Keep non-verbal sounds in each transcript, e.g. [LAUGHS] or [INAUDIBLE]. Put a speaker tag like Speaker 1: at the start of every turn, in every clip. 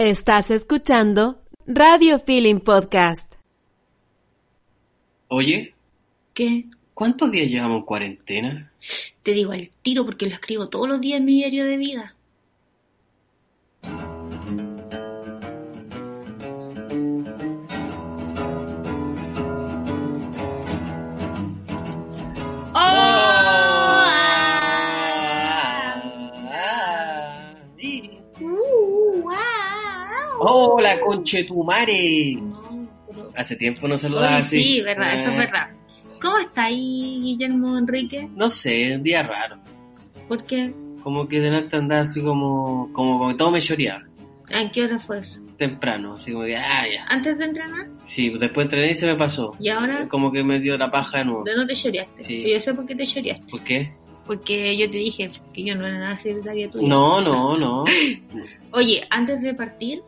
Speaker 1: Estás escuchando Radio Feeling Podcast.
Speaker 2: Oye,
Speaker 3: ¿Qué?
Speaker 2: ¿cuántos días llevamos en cuarentena?
Speaker 3: Te digo al tiro porque lo escribo todos los días en mi diario de vida.
Speaker 2: ¡Hola, conchetumare!
Speaker 3: No, pero-
Speaker 2: Hace tiempo no saludaba
Speaker 3: Oye,
Speaker 2: así.
Speaker 3: sí, verdad, eso es
Speaker 2: Eh,
Speaker 3: verdad. ¿Cómo está ahí Guillermo Enrique?
Speaker 2: No sé, un día raro.
Speaker 3: Porque
Speaker 2: Como que delante andaba así como... Como, como todo me lloría.
Speaker 3: ¿a qué hora fue eso?
Speaker 2: Temprano, así como que... Ah, ya.
Speaker 3: ¿Antes de entrenar?
Speaker 2: Sí, después entrené y se me pasó.
Speaker 3: ¿Y ahora?
Speaker 2: Como que me dio la paja de nuevo.
Speaker 3: No, no te lloreaste.
Speaker 2: Sí.
Speaker 3: Pero yo sé por qué te lloreaste.
Speaker 2: ¿Por qué?
Speaker 3: Porque yo te dije que yo no era nada secretaria tuya.
Speaker 2: No, no,
Speaker 3: [LAUGHS]
Speaker 2: no.
Speaker 3: Oye, antes de partir,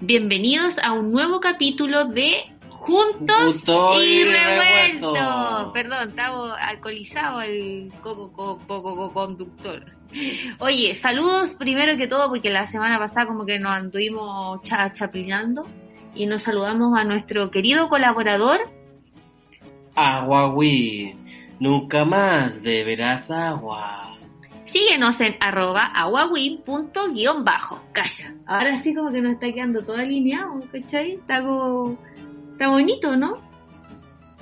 Speaker 3: bienvenidos a un nuevo capítulo de Juntos
Speaker 2: Juntos
Speaker 3: y
Speaker 2: y
Speaker 3: Revueltos.
Speaker 2: Revueltos.
Speaker 3: Perdón, estaba alcoholizado el coco coco coco conductor. Oye, saludos primero que todo porque la semana pasada como que nos anduvimos cha- chapinando y nos saludamos a nuestro querido colaborador.
Speaker 2: Aguawi. Nunca más beberás agua.
Speaker 3: Síguenos en arroba aguawin punto guión bajo. Calla. Ahora sí como que nos está quedando todo alineado, ¿cachai? Está como... Está bonito, ¿no?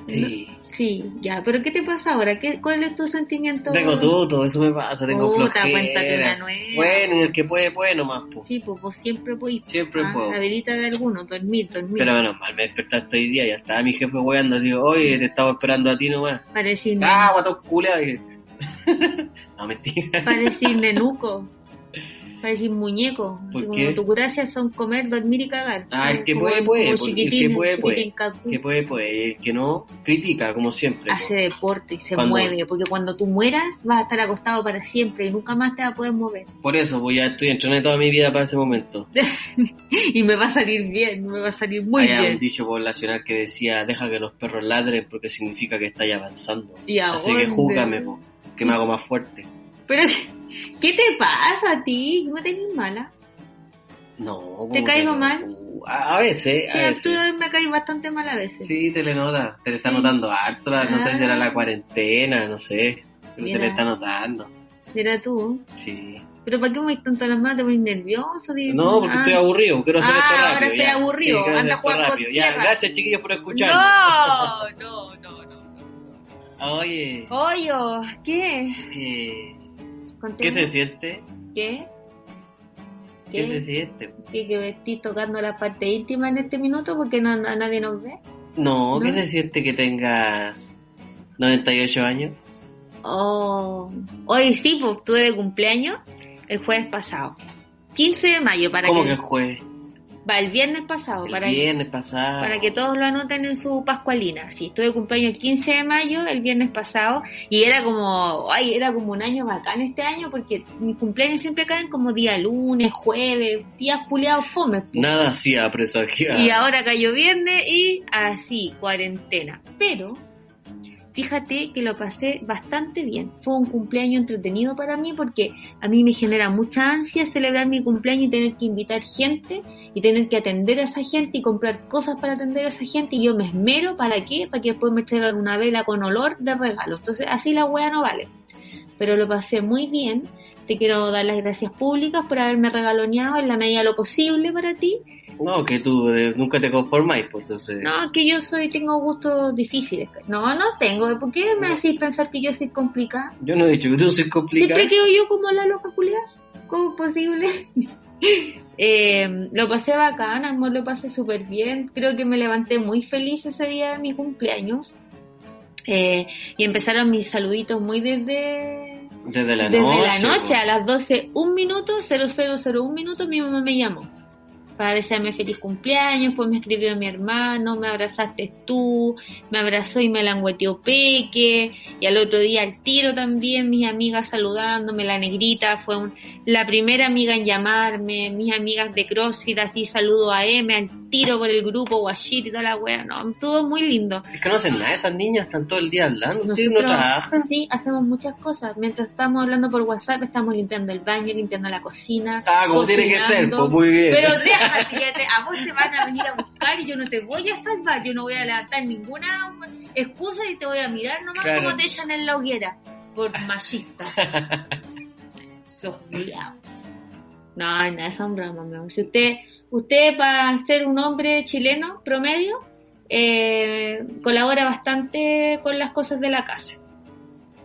Speaker 2: Sí.
Speaker 3: Sí, ya, pero ¿qué te pasa ahora? ¿Qué, ¿Cuál es tu sentimiento?
Speaker 2: Tengo todo, todo eso me pasa, tengo
Speaker 3: Puta, cuéntate una
Speaker 2: flojera.
Speaker 3: nueva.
Speaker 2: Bueno, y el que puede, puede nomás, po.
Speaker 3: Sí, pues vos siempre pudiste.
Speaker 2: Siempre
Speaker 3: ah,
Speaker 2: puedo.
Speaker 3: La verita de alguno, dormir, dormir.
Speaker 2: Pero menos mal, me despertaste hoy día, ya estaba mi jefe weando, digo, oye, te estaba esperando a ti nomás. [LAUGHS]
Speaker 3: Para decir,
Speaker 2: Ah, guatón culiao, dije. [LAUGHS] no, mentira.
Speaker 3: para decir nenuco. Para decir muñeco.
Speaker 2: ¿Por
Speaker 3: Así
Speaker 2: qué?
Speaker 3: Como tus gracias son comer, dormir y cagar.
Speaker 2: Ah, el
Speaker 3: Como-
Speaker 2: que
Speaker 3: como-
Speaker 2: puede, puede,
Speaker 3: como
Speaker 2: porque el
Speaker 3: chiquitín,
Speaker 2: que puede, puede.
Speaker 3: chiquitín cacú.
Speaker 2: Que puede, puede, el que no, critica, como siempre. po.
Speaker 3: Hace deporte y se
Speaker 2: Cuando-
Speaker 3: mueve, porque cuando tú mueras vas a estar acostado para siempre y nunca más te vas a poder mover. [LAUGHS]
Speaker 2: Por eso, pues ya estoy entrenando toda mi vida para ese momento.
Speaker 3: Y me va a salir bien, me va a salir muy
Speaker 2: Hay un
Speaker 3: bien.
Speaker 2: dicho poblacional que decía, deja que los perros ladren porque significa que estáis avanzando.
Speaker 3: ¿Y a
Speaker 2: Así que
Speaker 3: dónde?
Speaker 2: júgame, po, que me hago más fuerte.
Speaker 3: Pero, ¿qué te pasa a ti? No tenés mala.
Speaker 2: No, como
Speaker 3: ¿Te
Speaker 2: que
Speaker 3: caigo
Speaker 2: no.
Speaker 3: mal?
Speaker 2: Uh, A a veces, a
Speaker 3: Sí, tú
Speaker 2: veces.
Speaker 3: me caes bastante mal a veces.
Speaker 2: Sí, te le nota, te le está
Speaker 3: Sí.
Speaker 2: notando harto, la- no sé si era
Speaker 3: Ah.
Speaker 2: la cuarentena, no sé, pero te
Speaker 3: Mira.
Speaker 2: le está notando,
Speaker 3: Será tú.
Speaker 2: sí.
Speaker 3: Pero ¿para qué me voy tanto a las manos? ¿Te pones nervioso? Dime.
Speaker 2: No, porque
Speaker 3: Ah.
Speaker 2: estoy aburrido, quiero hacer
Speaker 3: Ah,
Speaker 2: esto
Speaker 3: ahora
Speaker 2: rápido.
Speaker 3: estoy
Speaker 2: ya.
Speaker 3: aburrido,
Speaker 2: quiero hacer
Speaker 3: anda a
Speaker 2: esto
Speaker 3: jugar por
Speaker 2: rápido. Ya,
Speaker 3: tierra.
Speaker 2: gracias chiquillos por escucharme.
Speaker 3: No, no, no, no.
Speaker 2: Oye,
Speaker 3: Oye, ¿qué?
Speaker 2: eh, ¿qué
Speaker 3: Contemos.
Speaker 2: se siente?
Speaker 3: ¿Qué?
Speaker 2: ¿Qué se
Speaker 3: ¿Qué?
Speaker 2: siente?
Speaker 3: ¿Qué? ¿Que me estoy tocando la parte íntima en este minuto porque no, no- nadie nos ve?
Speaker 2: No, ¿qué
Speaker 3: ¿No?
Speaker 2: se siente que tengas 98 años?
Speaker 3: Oh. Hoy sí, pues tuve de cumpleaños el jueves pasado. 15 de mayo para
Speaker 2: ¿Cómo
Speaker 3: que...
Speaker 2: que el jueves?
Speaker 3: Va, el viernes pasado.
Speaker 2: El
Speaker 3: para que-
Speaker 2: viernes pasado.
Speaker 3: Para que todos lo anoten en su pascualina. Sí, estuve de cumpleaños el 15 de mayo, el viernes pasado, y era como, ay, era como un año bacán este año, porque mis cumpleaños siempre caen como día lunes, jueves, días puleados fome.
Speaker 2: Nada hacía presagiar.
Speaker 3: Y ahora cayó viernes y así, cuarentena. Pero, fíjate que lo pasé bastante bien. Fue un cumpleaños entretenido para mí porque a mí me genera mucha ansia celebrar mi cumpleaños y tener que invitar gente y tener que atender a esa gente y comprar cosas para atender a esa gente. Y yo me esmero, ¿para qué? Para que después me traigan una vela con olor de regalo. Entonces, así la wea no vale. Pero lo pasé muy bien. Te quiero dar las gracias públicas por haberme regaloneado en la medida de lo posible para ti.
Speaker 2: No, que tú eh, nunca te conformáis, pues entonces...
Speaker 3: No, que yo soy, tengo gustos difíciles. pues. No, no tengo. ¿Por qué me
Speaker 2: No.
Speaker 3: hacéis pensar que yo soy complicada?
Speaker 2: Yo no he dicho que tú soy complicado.
Speaker 3: Siempre quedo yo como la loca culia. ¿Cómo es posible? [LAUGHS] Eh, lo pasé bacán, amor, lo pasé súper bien. Creo que me levanté muy feliz ese día de mi cumpleaños. Eh, y empezaron mis saluditos muy desde,
Speaker 2: Desde la
Speaker 3: desde
Speaker 2: noche. pues.
Speaker 3: la noche.
Speaker 2: po.
Speaker 3: A las 12, un minuto, 0001 minuto, mi mamá me llamó. para desearme feliz cumpleaños, pues me escribió mi hermano, me abrazaste tú, me abrazó y me langueteó Peque, y al otro día al tiro también, mis amigas saludándome, la negrita fue un- la primera amiga en llamarme, mis amigas de CrossFit, así saludo a M, al tiro por el grupo, guachito y toda la wea, no, todo muy lindo.
Speaker 2: Es que no hacen nada, esas niñas están todo el día hablando. Ustedes no
Speaker 3: Nosotros-
Speaker 2: trabajan.
Speaker 3: Sí, hacemos muchas cosas. Mientras estamos hablando por WhatsApp, estamos limpiando el baño, limpiando la cocina.
Speaker 2: Ah, como tiene que ser,
Speaker 3: cocinando.
Speaker 2: pues muy bien.
Speaker 3: Pero déjate, que te- a vos te van a venir a buscar y yo no te voy a salvar. Yo no voy a levantar ninguna excusa y te voy a mirar nomás
Speaker 2: Claro.
Speaker 3: como te echan en la hoguera. Por
Speaker 2: [LAUGHS]
Speaker 3: machista. Los culiados. No, no, son bromas, mi amor. Si usted, usted para ser un hombre chileno promedio, eh, colabora bastante con las cosas de la casa.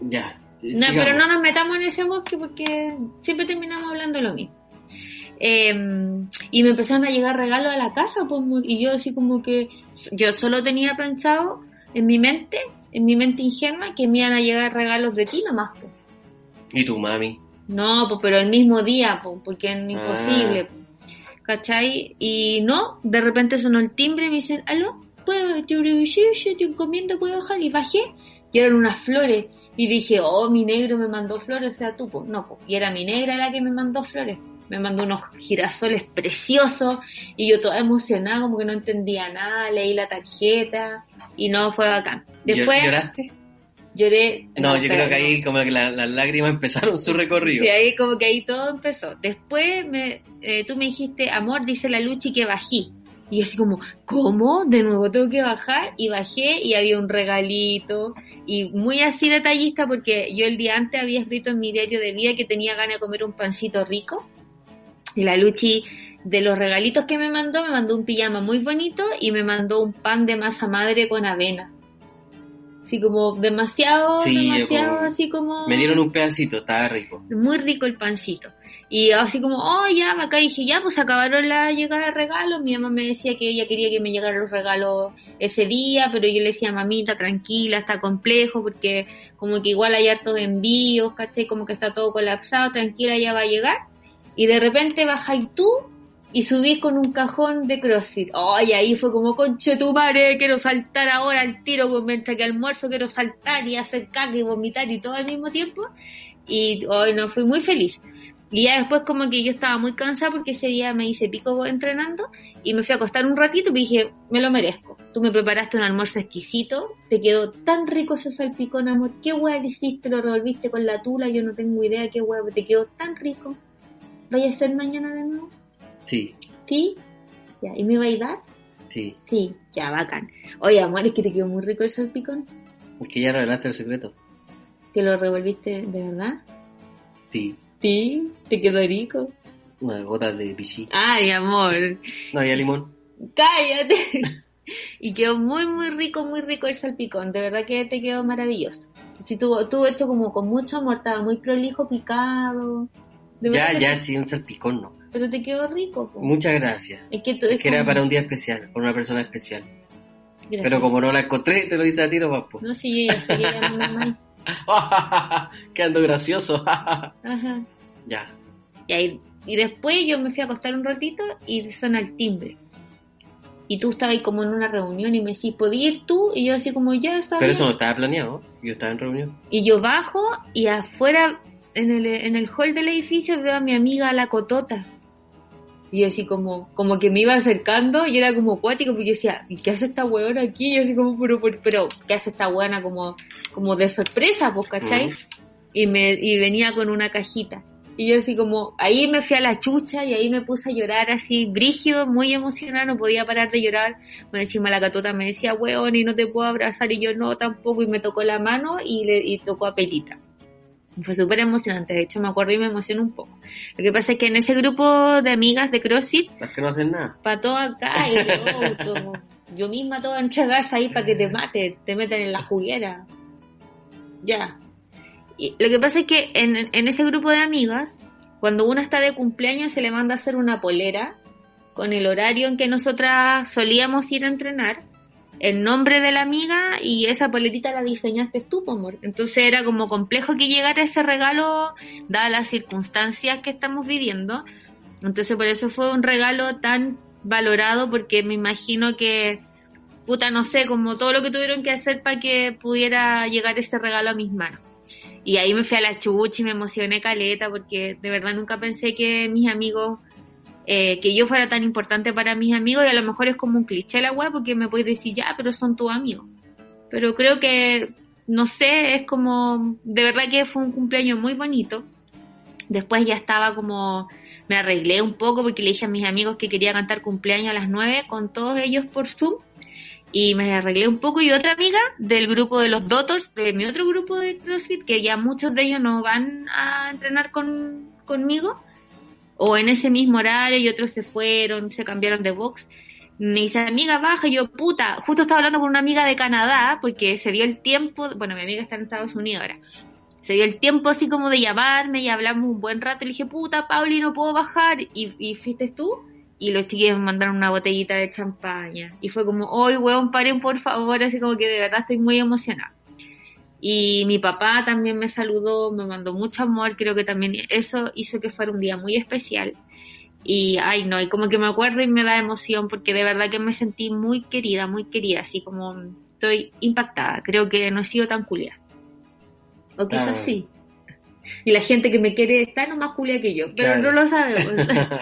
Speaker 2: Ya.
Speaker 3: No,
Speaker 2: sigamos.
Speaker 3: pero no nos metamos en ese bosque porque siempre terminamos hablando lo mismo. Eh, y me empezaron a llegar regalos a la casa, pues, mu- y yo así como que yo solo tenía pensado en mi mente, en mi mente ingenua, que me iban a llegar regalos de ti nomás. Pues.
Speaker 2: ¿Y tu mami?
Speaker 3: No, pues, pero el mismo día, pues, porque es imposible.
Speaker 2: Ah.
Speaker 3: pues. ¿Cachai? Y no, de repente sonó el timbre y me dicen, aló, puedo, yo te encomiendo, puedo bajar. Y bajé y eran unas flores. Y dije, oh, mi negro me mandó flores, o sea, tú, pues, no, pues, y era mi negra la que me mandó flores. Me mandó unos girasoles preciosos y yo toda emocionada, como que no entendía nada, leí la tarjeta y no fue bacán. Después
Speaker 2: ¿Llor- ¿Lloraste?
Speaker 3: lloré.
Speaker 2: No, yo creo
Speaker 3: pero
Speaker 2: que
Speaker 3: no.
Speaker 2: ahí como que la- las lágrimas [LAUGHS] empezaron su recorrido.
Speaker 3: Sí, ahí como que ahí todo empezó. Después me, eh, tú me dijiste, amor, dice la Luchi que bají. Y yo así como, ¿cómo? De nuevo tengo que bajar. Y bajé y había un regalito. Y muy así detallista porque yo el día antes había escrito en mi diario de vida que tenía ganas de comer un pancito rico. Y la Luchi, de los regalitos que me mandó, me mandó un pijama muy bonito y me mandó un pan de masa madre con avena. Así como demasiado,
Speaker 2: Sí, yo
Speaker 3: demasiado,
Speaker 2: como-
Speaker 3: así como...
Speaker 2: Me dieron un pedacito, estaba rico.
Speaker 3: Muy rico el pancito. Y así como, oh, ya, acá dije, ya, pues acabaron la llegada de regalos. Mi mamá me decía que ella quería que me llegaran los regalos ese día, pero yo le decía, mamita, tranquila, está complejo, porque como que igual hay hartos envíos, ¿cachai? Como que está todo colapsado, tranquila, ya va a llegar. Y de repente bajáis tú y subís con un cajón de CrossFit. Oye, ahí fue como, conche tu madre, quiero saltar ahora al tiro, pues, mientras que almuerzo quiero saltar y hacer caca y vomitar y todo al mismo tiempo. Y hoy no fui muy feliz. Y ya después como que yo estaba muy cansada porque ese día me hice pico entrenando y me fui a acostar un ratito y dije, me lo merezco. Tú me preparaste un almuerzo exquisito, te quedó tan rico ese salpicón, amor. Qué hueá que hiciste, lo revolviste con la tula, yo no tengo idea qué hueá, pero te quedó tan rico. ¿Vaya a hacer mañana de nuevo?
Speaker 2: Sí,
Speaker 3: Sí. Ya, ¿y me va a dar?
Speaker 2: sí.
Speaker 3: Sí, ya, bacán. Oye, amor, es que te quedó muy rico el salpicón.
Speaker 2: Es que ya revelaste el secreto.
Speaker 3: ¿Que lo revolviste de verdad?
Speaker 2: Sí.
Speaker 3: Sí, te quedó rico.
Speaker 2: Unas gotas de pichí.
Speaker 3: Ay, amor,
Speaker 2: No había limón.
Speaker 3: cállate. [LAUGHS] Y quedó muy, muy rico, muy rico el salpicón. De verdad que te quedó maravilloso. Si tuvo, tuvo hecho como con mucho amor, estaba muy prolijo, picado. De
Speaker 2: Ya,
Speaker 3: verdad
Speaker 2: ya,
Speaker 3: que-
Speaker 2: sí, un salpicón, no.
Speaker 3: Pero te quedó rico. po.
Speaker 2: Muchas gracias.
Speaker 3: Es que, tú-
Speaker 2: Es que era
Speaker 3: como-
Speaker 2: para un día especial, para una persona especial.
Speaker 3: Gracias.
Speaker 2: Pero como no la encontré, te lo hice a tiro,
Speaker 3: [LAUGHS]
Speaker 2: papo.
Speaker 3: No, sí, yo ya sé, yo ya no me amáis.
Speaker 2: [LAUGHS] Quedando gracioso.
Speaker 3: Ajá.
Speaker 2: ya.
Speaker 3: Y, ahí- y después yo me fui a acostar un ratito y suena el timbre. Y tú estabas ahí como en una reunión y me decís, ¿podías ir tú? Y yo así como, ya estaba
Speaker 2: Pero
Speaker 3: bien.
Speaker 2: eso no estaba planeado. Yo estaba en reunión.
Speaker 3: Y yo bajo y afuera, en el, en el hall del edificio, veo a mi amiga la cotota. Y yo así como, como que me iba acercando y era como acuático, porque yo decía, ¿y qué hace esta weona aquí? Y yo así como, pero, pero, pero, ¿qué hace esta weona como, como de sorpresa, pues, ¿cachai?
Speaker 2: Ujú.
Speaker 3: Y me, y venía con una cajita. Y yo así como, ahí me fui a la chucha y ahí me puse a llorar así, brígido, muy emocionada, no podía parar de llorar. Bueno, encima la catota me decía, weón, y no te puedo abrazar, y yo no tampoco, y me tocó la mano y le y tocó a Pelita. Fue súper emocionante, de hecho me acuerdo y me emocionó un poco. Lo que pasa es que en ese grupo de amigas de CrossFit,
Speaker 2: Las que no hacen
Speaker 3: [LAUGHS]
Speaker 2: nada.
Speaker 3: para todo acá, y yo, to- yo misma toda entregarse ahí para que te mate, te metan en la juguera. Ya. Y lo que pasa es que en, en ese grupo de amigas, cuando una está de cumpleaños se le manda a hacer una polera con el horario en que nosotras solíamos ir a entrenar, el nombre de la amiga y esa polerita la diseñaste tú, po, amor. Entonces era como complejo que llegara ese regalo, dadas las circunstancias que estamos viviendo. Entonces por eso fue un regalo tan valorado porque me imagino que, puta, no sé, como todo lo que tuvieron que hacer para que pudiera llegar ese regalo a mis manos. Y ahí me fui a la chucha y me emocioné caleta porque de verdad nunca pensé que mis amigos, eh, que yo fuera tan importante para mis amigos y a lo mejor es como un cliché la web porque me puedes decir, ya, pero son tus amigos. Pero creo que, no sé, es como, de verdad que fue un cumpleaños muy bonito. Después ya estaba como, me arreglé un poco porque le dije a mis amigos que quería cantar cumpleaños a las 9 con todos ellos por Zoom y me arreglé un poco y otra amiga del grupo de los Dotors, de mi otro grupo de CrossFit, que ya muchos de ellos no van a entrenar con, conmigo, o en ese mismo horario y otros se fueron, se cambiaron de box. Me dice, amiga, baja, y yo, puta, justo estaba hablando con una amiga de Canadá, porque se dio el tiempo, bueno, mi amiga está en Estados Unidos ahora, se dio el tiempo así como de llamarme y hablamos un buen rato, y le dije, puta, Pauli, no puedo bajar, y, y fuiste tú, y los chiquillos me mandaron una botellita de champaña. Y fue como, hoy weón, paren por favor, así como que de verdad estoy muy emocionada. Y mi papá también me saludó, me mandó mucho amor, creo que también eso hizo que fuera un día muy especial. Y ay no, y como que me acuerdo y me da emoción porque de verdad que me sentí muy querida, muy querida, así como estoy impactada, creo que no he sido tan culia. O quizás
Speaker 2: Claro.
Speaker 3: sí. Y la gente que me quiere está no más culia que yo, pero
Speaker 2: Claro.
Speaker 3: no lo sabemos.
Speaker 2: [LAUGHS]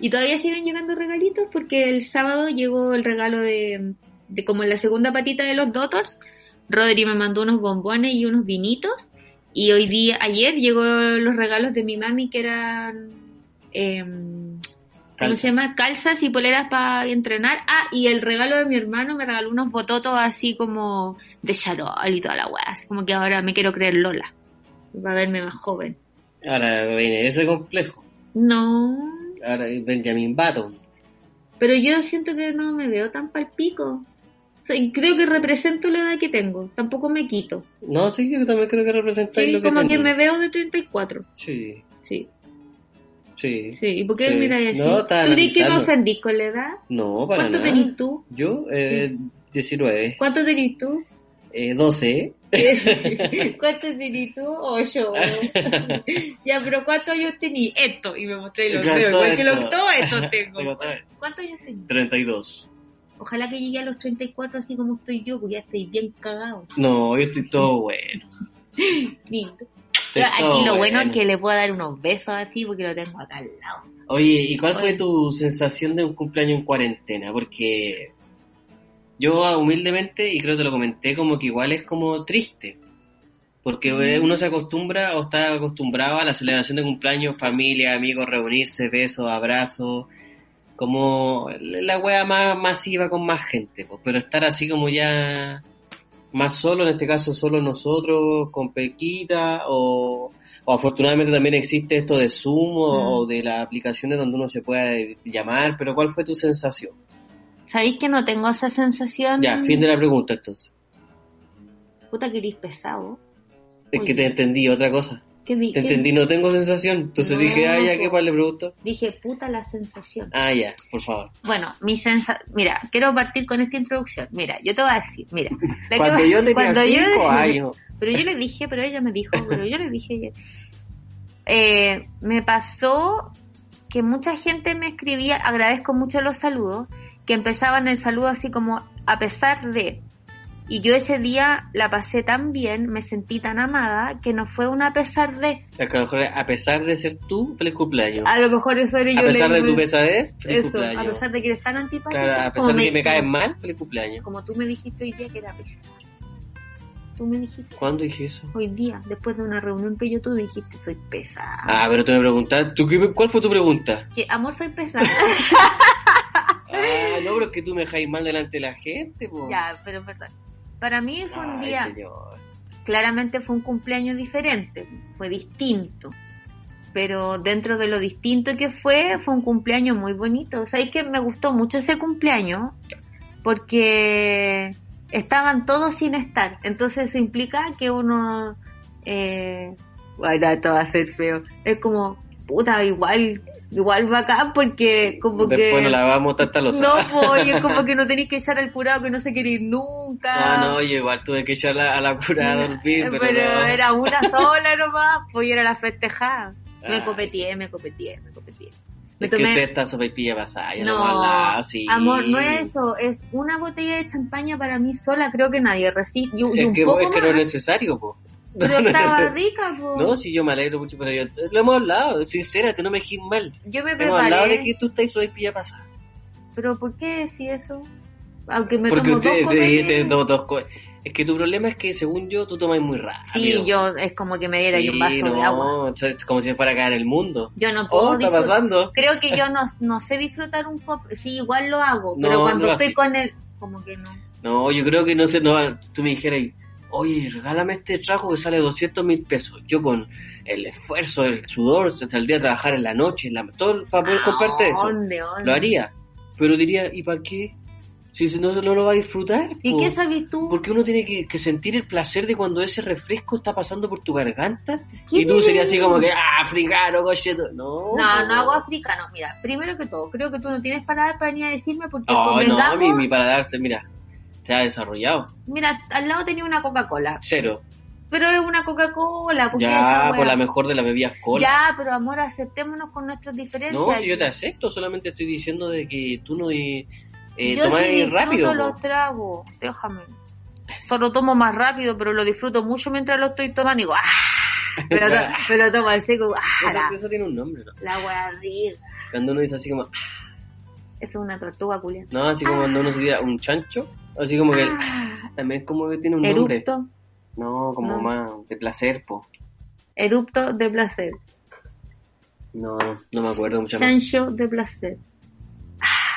Speaker 3: Y todavía siguen llegando regalitos porque el sábado llegó el regalo de, de como en la segunda patita de los Dotors. Rodri me mandó unos bombones y unos vinitos. Y hoy día, ayer llegó los regalos de mi mami que eran, eh, ¿cómo
Speaker 2: Calzas.
Speaker 3: se llama? Calzas y poleras para entrenar. Ah, y el regalo de mi hermano me regaló unos bototos así como de charol y toda la weá. Así como que ahora me quiero creer Lola. Va a verme más joven.
Speaker 2: Ahora viene ese complejo.
Speaker 3: No,
Speaker 2: Ahora Benjamin Button.
Speaker 3: Pero yo siento que no me veo tan palpico. O sea, y creo que represento la edad que tengo. Tampoco me quito.
Speaker 2: No, sí, yo también creo que representáis
Speaker 3: Sí,
Speaker 2: lo que
Speaker 3: como que
Speaker 2: tenéis.
Speaker 3: me veo de 34.
Speaker 2: Sí,
Speaker 3: Sí,
Speaker 2: sí.
Speaker 3: sí. ¿Y por qué
Speaker 2: Sí.
Speaker 3: miras así?
Speaker 2: No,
Speaker 3: ¿Tú
Speaker 2: está
Speaker 3: crees que me
Speaker 2: analizando.
Speaker 3: ofendís con la edad?
Speaker 2: No, para
Speaker 3: ¿Cuánto
Speaker 2: nada.
Speaker 3: tenés tú?
Speaker 2: Yo, eh, 19,
Speaker 3: ¿Cuánto
Speaker 2: [LAUGHS]
Speaker 3: tenés tú?
Speaker 2: eh, 12.
Speaker 3: ¿Cuánto tenés tú? O yo.
Speaker 2: [LAUGHS]
Speaker 3: ya, pero ¿cuántos años tenés? Esto. Y me mostré los
Speaker 2: Ya,
Speaker 3: dedos.
Speaker 2: todo
Speaker 3: Igual que
Speaker 2: esto.
Speaker 3: los- todo
Speaker 2: [LAUGHS]
Speaker 3: esto tengo.
Speaker 2: Tengo tres.
Speaker 3: ¿Cuántos años tenés?
Speaker 2: 32.
Speaker 3: Ojalá que llegue a los 34 así como estoy yo, porque ya estoy bien cagado.
Speaker 2: No, yo estoy todo bueno.
Speaker 3: Lindo.
Speaker 2: Estoy
Speaker 3: Pero aquí
Speaker 2: todo
Speaker 3: lo bueno es que le puedo dar unos besos así porque lo tengo acá al lado.
Speaker 2: Oye, ¿y cuál fue
Speaker 3: Oye.
Speaker 2: tu sensación de un cumpleaños en cuarentena? Porque yo ah, humildemente, y creo que te lo comenté, como que igual es como triste. Porque eh, uno se acostumbra o está acostumbrado a la celebración de cumpleaños, familia, amigos, reunirse, besos, abrazos, como la wea más masiva con más gente. pues, Pero estar así como ya más solo, en este caso solo nosotros, con Pequita, o, o afortunadamente también existe esto de Zoom o,
Speaker 3: Mm.
Speaker 2: o de las aplicaciones donde uno se puede llamar, pero ¿cuál fue tu sensación?
Speaker 3: ¿Sabéis que no tengo esa sensación?
Speaker 2: Ya, fin de la pregunta entonces.
Speaker 3: Puta que eres pesado.
Speaker 2: Es
Speaker 3: Oye.
Speaker 2: que te entendí otra cosa.
Speaker 3: ¿Qué di-
Speaker 2: Te
Speaker 3: qué-
Speaker 2: entendí, no tengo sensación. Entonces
Speaker 3: No, pues.
Speaker 2: dije, ah, ya,
Speaker 3: po.
Speaker 2: ¿qué pasa? Le pregunto.
Speaker 3: Dije, puta la sensación.
Speaker 2: Ah, ya, por favor.
Speaker 3: Bueno, mi sensa... Mira, quiero partir con esta introducción. Mira, yo te voy a decir,
Speaker 2: [LAUGHS]
Speaker 3: mira. la que
Speaker 2: Cuando
Speaker 3: va-
Speaker 2: yo tenía
Speaker 3: cuando yo-
Speaker 2: cinco años.
Speaker 3: Pero yo le dije, pero ella me dijo, pero yo le dije [LAUGHS] ayer. Eh, me pasó que mucha gente me escribía, agradezco mucho los saludos, que empezaban el saludo así como a pesar de. Y yo ese día la pasé tan bien, me sentí tan amada, que no fue una a pesar de.
Speaker 2: A lo mejor, a pesar de ser tú, feliz cumpleaños.
Speaker 3: A lo mejor eso era Ah, yo.
Speaker 2: A pesar
Speaker 3: le-
Speaker 2: de tu pesadez, feliz
Speaker 3: Eso, a
Speaker 2: cumpleaños.
Speaker 3: pesar de que eres tan antipática.
Speaker 2: Claro, a
Speaker 3: como
Speaker 2: pesar de que me
Speaker 3: dijiste-
Speaker 2: caes mal, feliz cumpleaños.
Speaker 3: Como tú me dijiste hoy día que era pesada. Tú me dijiste
Speaker 2: ¿Cuándo dije eso?
Speaker 3: hoy día, después de una reunión que yo tú dijiste, soy pesada.
Speaker 2: Ah, pero tú me preguntaste, ¿tú qué- ¿cuál fue tu
Speaker 3: [LAUGHS]
Speaker 2: pregunta?
Speaker 3: Que amor
Speaker 2: [LAUGHS]
Speaker 3: soy pesada.
Speaker 2: Ah, no, pero es que tú me dejáis mal delante de la gente, po.
Speaker 3: ya, pero perdón. Para mí fue un
Speaker 2: Ay,
Speaker 3: día,
Speaker 2: señor.
Speaker 3: claramente fue un cumpleaños diferente, fue distinto. Pero dentro de lo distinto que fue, fue un cumpleaños muy bonito. O sea, es que me gustó mucho ese cumpleaños porque estaban todos sin estar. Entonces eso implica que uno... Eh, bueno, esto va a ser feo. Es como, puta, igual, igual bacán porque como que...
Speaker 2: Después no lavamos tanta losa. [LAUGHS]
Speaker 3: No, po, oye, como que no tenéis que echar al curado que no se quiere ir nunca.
Speaker 2: Ah, [LAUGHS] no, yo igual tuve que echar a la cura a dormir,
Speaker 3: Eh,
Speaker 2: pero,
Speaker 3: pero
Speaker 2: no. [LAUGHS]
Speaker 3: era una sola nomás, pues y era la festejada. Me
Speaker 2: Ah.
Speaker 3: copeteé, me copeteé, me copeteé. Me
Speaker 2: Es que
Speaker 3: tomé-
Speaker 2: usted está sopaipilla pasada, ya no,
Speaker 3: No,
Speaker 2: al lado, sí.
Speaker 3: Amor, no es eso, es una botella de champaña para mí sola, creo que nadie recibe. Y, y
Speaker 2: Es
Speaker 3: un
Speaker 2: que,
Speaker 3: poco
Speaker 2: es que no es
Speaker 3: más, Oh.
Speaker 2: necesario, po.
Speaker 3: pero
Speaker 2: no es
Speaker 3: estaba
Speaker 2: necesario.
Speaker 3: rica, po.
Speaker 2: No, si yo me alegro mucho, pero yo lo hemos hablado, sincérate, no me dijiste mal.
Speaker 3: Yo me
Speaker 2: Hemos hablado
Speaker 3: preparé,
Speaker 2: de que tú estás sopaipilla pasada.
Speaker 3: pero ¿por qué decís eso? Aunque me
Speaker 2: Porque
Speaker 3: tomo dos
Speaker 2: ustedes
Speaker 3: copetes.
Speaker 2: te dos, dos co- Es que tu problema es que, según yo, tú tomas muy rápido.
Speaker 3: Sí, yo, es como que me diera yo un vaso
Speaker 2: no,
Speaker 3: de agua.
Speaker 2: es como si fuera a caer el mundo.
Speaker 3: Yo no puedo
Speaker 2: Oh, está
Speaker 3: disfrutar-
Speaker 2: pasando.
Speaker 3: Creo que yo no, no sé disfrutar un copete, sí, igual lo hago,
Speaker 2: [LAUGHS] No,
Speaker 3: pero cuando
Speaker 2: no lo
Speaker 3: estoy
Speaker 2: haces.
Speaker 3: con él, como que no.
Speaker 2: No, yo creo que no sé, no, tú me dijeras, oye, regálame este trajo que sale 200 mil pesos. Yo con el esfuerzo, el sudor, saldría a trabajar en la noche, en la, todo para poder
Speaker 3: Ah,
Speaker 2: comprarte eso.
Speaker 3: ¿dónde, dónde?
Speaker 2: Lo haría. Pero diría, ¿y para qué? Si no, no lo va a disfrutar.
Speaker 3: ¿Y
Speaker 2: po.
Speaker 3: qué sabes tú?
Speaker 2: Porque uno tiene que, que sentir el placer de cuando ese refresco está pasando por tu garganta
Speaker 3: ¿Qué
Speaker 2: y tú
Speaker 3: te
Speaker 2: serías así
Speaker 3: digo?
Speaker 2: como que, ah, africano, cocheto. No,
Speaker 3: No, no hago africano. Mira, primero que todo, creo que tú no tienes paladar para venir a decirme porque
Speaker 2: Oh, no,
Speaker 3: convengamos-
Speaker 2: mi, mi paladar se- mira, se ha desarrollado.
Speaker 3: Mira, al lado tenía una Coca-Cola.
Speaker 2: Cero. Pero
Speaker 3: Pero es una Coca-Cola. ¿por qué esa
Speaker 2: ya,
Speaker 3: wea?
Speaker 2: por la mejor de las bebidas cola.
Speaker 3: Ya, pero amor, aceptémonos con nuestras diferencias.
Speaker 2: no, si yo te acepto, solamente estoy diciendo de que tú no eh, eh,
Speaker 3: Yo
Speaker 2: tomás
Speaker 3: sí disfruto
Speaker 2: rápido. po.
Speaker 3: los tragos, déjame. Solo tomo más rápido, pero lo disfruto mucho mientras lo estoy tomando. y Digo,
Speaker 2: [LAUGHS]
Speaker 3: ¡ah! Pero, to- pero tomo al seco, ¡ah!
Speaker 2: Eso,
Speaker 3: La,
Speaker 2: eso tiene un nombre, ¿no?
Speaker 3: la wea rica.
Speaker 2: Cuando uno dice así como,
Speaker 3: Esa es una tortuga, culia.
Speaker 2: no, así como cuando uno se tira un chancho, así como que el-
Speaker 3: Ah,
Speaker 2: también como que tiene un nombre.
Speaker 3: Erupto,
Speaker 2: No, como
Speaker 3: No.
Speaker 2: más de placer, po.
Speaker 3: erupto de placer.
Speaker 2: No, no me acuerdo mucho más.
Speaker 3: Sancho de placer.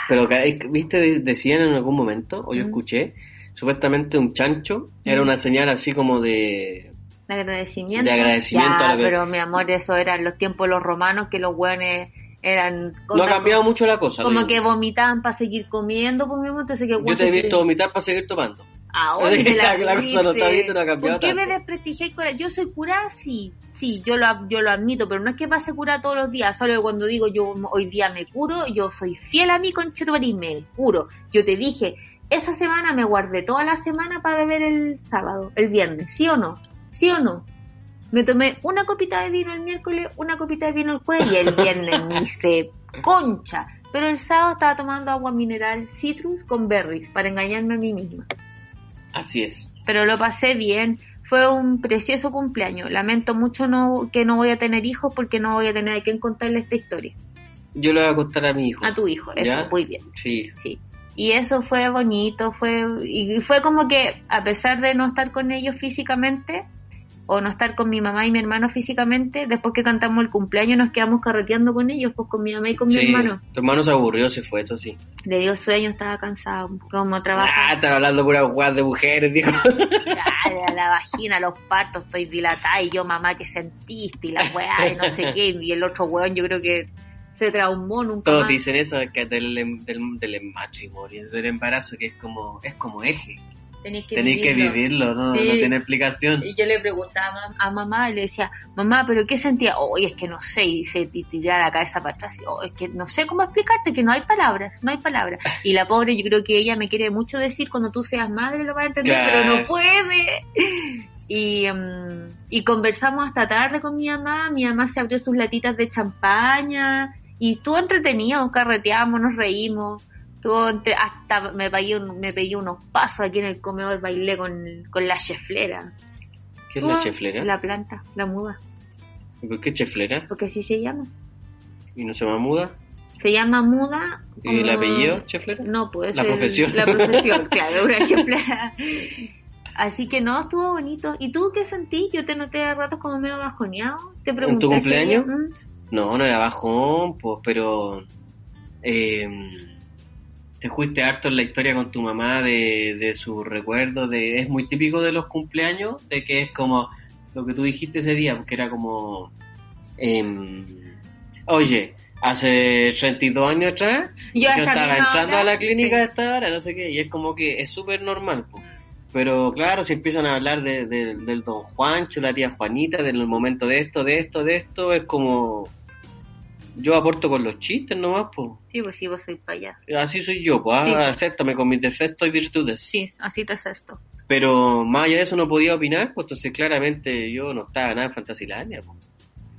Speaker 2: Pero, ca- eh, ¿viste? De- Decían en algún momento, o yo
Speaker 3: Mm.
Speaker 2: escuché, supuestamente un chancho era una señal así como de...
Speaker 3: De agradecimiento.
Speaker 2: De agradecimiento
Speaker 3: Ya,
Speaker 2: a la que-
Speaker 3: pero mi amor, eso eran los tiempos los romanos que los hueones eran.
Speaker 2: No ha cambiado mucho la cosa.
Speaker 3: Como
Speaker 2: digo.
Speaker 3: que vomitaban para seguir comiendo, por mismo, entonces que
Speaker 2: Yo
Speaker 3: hueón
Speaker 2: te he
Speaker 3: se-
Speaker 2: visto vomitar para seguir tomando.
Speaker 3: Ahora
Speaker 2: Sí,
Speaker 3: te la,
Speaker 2: la- la cosa
Speaker 3: viste.
Speaker 2: no está bien, no ha cambiado
Speaker 3: ¿Por qué me
Speaker 2: tanto.
Speaker 3: desprestigié con la- Yo soy curada, sí, sí, yo lo, yo lo admito, pero no es que pase curada todos los días, solo que cuando digo yo hoy día me curo, yo soy fiel a mí con y me curo. Yo te dije, esa semana me guardé toda la semana para beber el sábado, el viernes, ¿sí o no? ¿Sí o no? Me tomé una copita de vino el miércoles, una copita de vino el jueves y el viernes me hice concha. Pero el sábado estaba tomando agua mineral citrus con berries para engañarme a mí misma
Speaker 2: Así es.
Speaker 3: pero lo pasé bien. Fue un precioso cumpleaños. Lamento mucho no, que no voy a tener hijos porque no voy a tener a quien contarle esta historia.
Speaker 2: Yo le voy a contar a mi hijo.
Speaker 3: A tu hijo, eso,
Speaker 2: ¿Ya?
Speaker 3: muy bien.
Speaker 2: Sí.
Speaker 3: Y eso fue bonito, fue y fue como que a pesar de no estar con ellos físicamente o no estar con mi mamá y mi hermano físicamente, después que cantamos el cumpleaños nos quedamos carreteando con ellos, pues con mi mamá y con
Speaker 2: sí.
Speaker 3: mi hermano.
Speaker 2: Tu hermano se aburrió, se fue, eso sí.
Speaker 3: Le dio sueño, estaba cansado, como
Speaker 2: Ah,
Speaker 3: trabaja
Speaker 2: están hablando pura guas de mujeres,
Speaker 3: [LAUGHS]
Speaker 2: dijo.
Speaker 3: Ya, la, la vagina, los partos, estoy dilatada y yo, mamá, que sentiste y la weá, y no sé qué, y el otro weón yo creo que se traumó nunca
Speaker 2: Todos
Speaker 3: más.
Speaker 2: dicen eso que del, em- del, del matrimonio, del embarazo, que es como, es como eje.
Speaker 3: Tenéis que
Speaker 2: Tenéis que
Speaker 3: vivirlo.
Speaker 2: vivirlo, no,
Speaker 3: Sí.
Speaker 2: no tiene explicación.
Speaker 3: Y yo le preguntaba a mam- a mamá y le decía, mamá, ¿pero qué sentía? Oye, es que no sé, y se ti- tiraba la cabeza para atrás. Oh, es que no sé cómo explicarte, que no hay palabras, no hay palabras. Y la pobre, yo creo que ella me quiere mucho decir, cuando tú seas madre lo vas a entender,
Speaker 2: Claro.
Speaker 3: pero no puede. Y, mm, y conversamos hasta tarde con mi mamá, mi mamá se abrió sus latitas de champaña y estuvo entretenido, carreteamos, nos reímos. Estuvo entre- hasta me pegué, un- me pegué unos pasos aquí en el comedor, bailé con, con la cheflera.
Speaker 2: ¿Qué es la
Speaker 3: Ah,
Speaker 2: cheflera?
Speaker 3: La planta, la muda,
Speaker 2: ¿Por qué cheflera?
Speaker 3: porque así se llama.
Speaker 2: ¿Y no se llama muda?
Speaker 3: Se llama muda.
Speaker 2: ¿Y el
Speaker 3: como-
Speaker 2: apellido cheflera?
Speaker 3: No, pues.
Speaker 2: La
Speaker 3: el-
Speaker 2: profesión. [LAUGHS]
Speaker 3: La profesión, claro, una chiflada. Así que no, estuvo bonito. ¿Y tú qué sentí? Yo te noté a ratos como medio bajoneado. Te pregunté.
Speaker 2: tu
Speaker 3: si-
Speaker 2: cumpleaños?
Speaker 3: Mm,
Speaker 2: No, no era bajón, pues, pero em, te fuiste harto en la historia con tu mamá de, de sus recuerdos, de, es muy típico de los cumpleaños, de que es como lo que tú dijiste ese día, que era como, em, oye, hace 32 años atrás
Speaker 3: Yo, hasta
Speaker 2: estaba
Speaker 3: misma
Speaker 2: entrando
Speaker 3: hora-
Speaker 2: a la clínica hasta ahora, no sé qué, y es como que es súper normal, po. pero claro, si empiezan a hablar de, de- del don Juancho, la tía Juanita, del momento de esto, de esto, de esto, es como yo aporto con los chistes nomás, pues.
Speaker 3: Sí, pues sí, vos soy payaso.
Speaker 2: Así soy yo, pues,
Speaker 3: Sí.
Speaker 2: acéptame con mis defectos y virtudes.
Speaker 3: Sí, así te haces esto.
Speaker 2: Pero más allá de eso no podía opinar, pues entonces claramente yo no estaba nada en Fantasilandia, po.